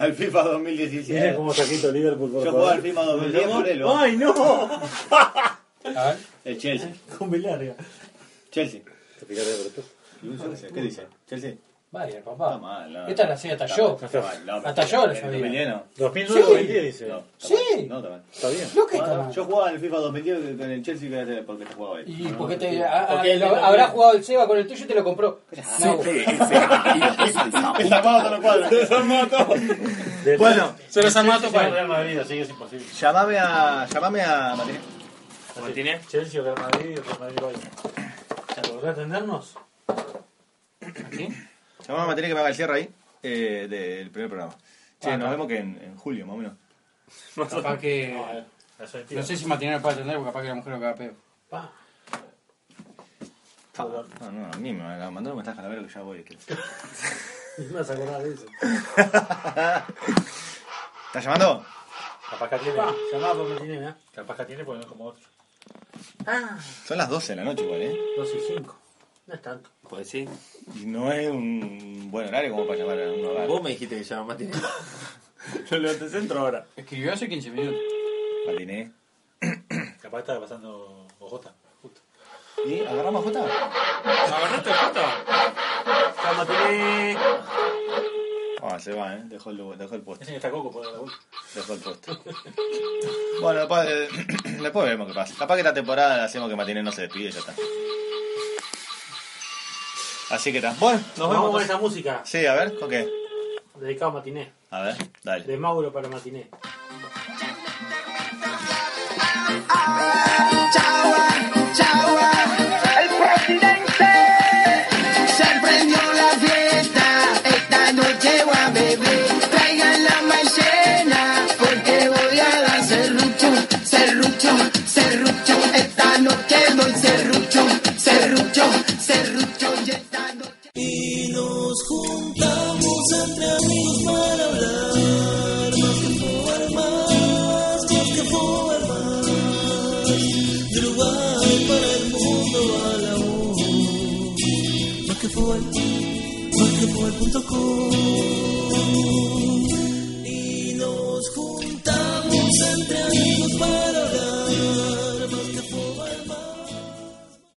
Speaker 3: al FIFA
Speaker 6: Miren
Speaker 3: 2017.
Speaker 6: cómo está escrito Liverpool, por
Speaker 3: Yo jugaba al
Speaker 6: favor.
Speaker 3: FIFA 2010 por el,
Speaker 11: ¡Ay, no!
Speaker 4: A ver.
Speaker 3: el Chelsea.
Speaker 11: Con Belarga.
Speaker 3: Chelsea.
Speaker 6: Te fijaste, pero tú-
Speaker 3: ¿Qué dice? Chelsea.
Speaker 4: Vaya,
Speaker 3: Está
Speaker 4: papá.
Speaker 3: mal, no.
Speaker 4: Esta la sé hasta yo.
Speaker 3: Está mal, no,
Speaker 4: Hasta yo lo
Speaker 3: en
Speaker 4: sabía.
Speaker 3: 2010 no.
Speaker 6: 2009
Speaker 4: Sí.
Speaker 6: 2010 dice.
Speaker 3: No, está
Speaker 4: Sí.
Speaker 3: mal, No, está mal.
Speaker 6: Está bien.
Speaker 4: Lo que
Speaker 3: No,
Speaker 4: está
Speaker 3: no,
Speaker 4: mal.
Speaker 3: Yo jugaba en el FIFA 2010 en el Chelsea que era porque te jugaba ahí.
Speaker 4: Y porque te, a- a-
Speaker 3: Porque él
Speaker 4: lo-
Speaker 3: no
Speaker 4: habrá
Speaker 3: tiene.
Speaker 4: jugado el Seba con el tuyo y te lo compró. No,
Speaker 3: Está armado todos los cuadros. Bueno,
Speaker 4: se los armó a
Speaker 6: Chelsea o
Speaker 4: topar.
Speaker 6: Real Madrid, así que es imposible.
Speaker 3: llamame a. Llamame a Matías.
Speaker 5: Martínez.
Speaker 6: Chelsea o Real Madrid, Real Madrid Bayern.
Speaker 11: ¿Te podrá atendernos?
Speaker 3: Llamame a Matías que me haga el cierre ahí eh, del primer programa. Che, nos vemos que en, en julio, más o menos.
Speaker 4: Capaz que.
Speaker 6: La
Speaker 4: No sé si Matinero puede atender porque capaz que la mujer lo caga pedo.
Speaker 3: No, no, a mí me va a mandar un mensaje a la vera que ya voy. que-
Speaker 6: No se acordaba de eso.
Speaker 3: ¿Estás llamando?
Speaker 6: Capaz que tiene.
Speaker 11: Llamá porque tiene, ¿eh?
Speaker 6: Capaz que tiene porque no es como otro.
Speaker 3: Son las 12 de la noche igual, ¿eh?
Speaker 11: 12 y 5. No es tanto.
Speaker 5: Pues sí.
Speaker 3: Y no es un buen horario como para llamar a un hogar.
Speaker 5: Vos me dijiste que llama Martínez. Yo levanté centro ahora.
Speaker 4: Escribió hace 15 minutos.
Speaker 3: Patiné.
Speaker 6: Capaz estaba pasando Ojota. Justo.
Speaker 3: ¿Y agarramos Jota?
Speaker 5: ¿Agarraste foto?
Speaker 11: Llámate.
Speaker 3: Ah, se va, ¿eh? Dejó el, dejó el puesto.
Speaker 6: Ese que está coco por la vuelta.
Speaker 3: Dejó el puesto. bueno, después, eh, después veremos qué pasa. Capaz que esta temporada la hacemos que Matiné no se despide y ya está. Así que está. Bueno, nos
Speaker 11: Vamos con
Speaker 3: vemos.
Speaker 11: esa música
Speaker 3: Sí, a ver, ¿con qué?
Speaker 11: dedicada a Matiné.
Speaker 3: A ver, dale.
Speaker 11: De Mauro para Matiné.
Speaker 10: El presidente se prendió la fiesta esta
Speaker 2: Nos juntamos entre amigos para hablar más que fumar más, más que fumar más. De lugar para el mundo a la voz. Más que fumar, más que fumar.com.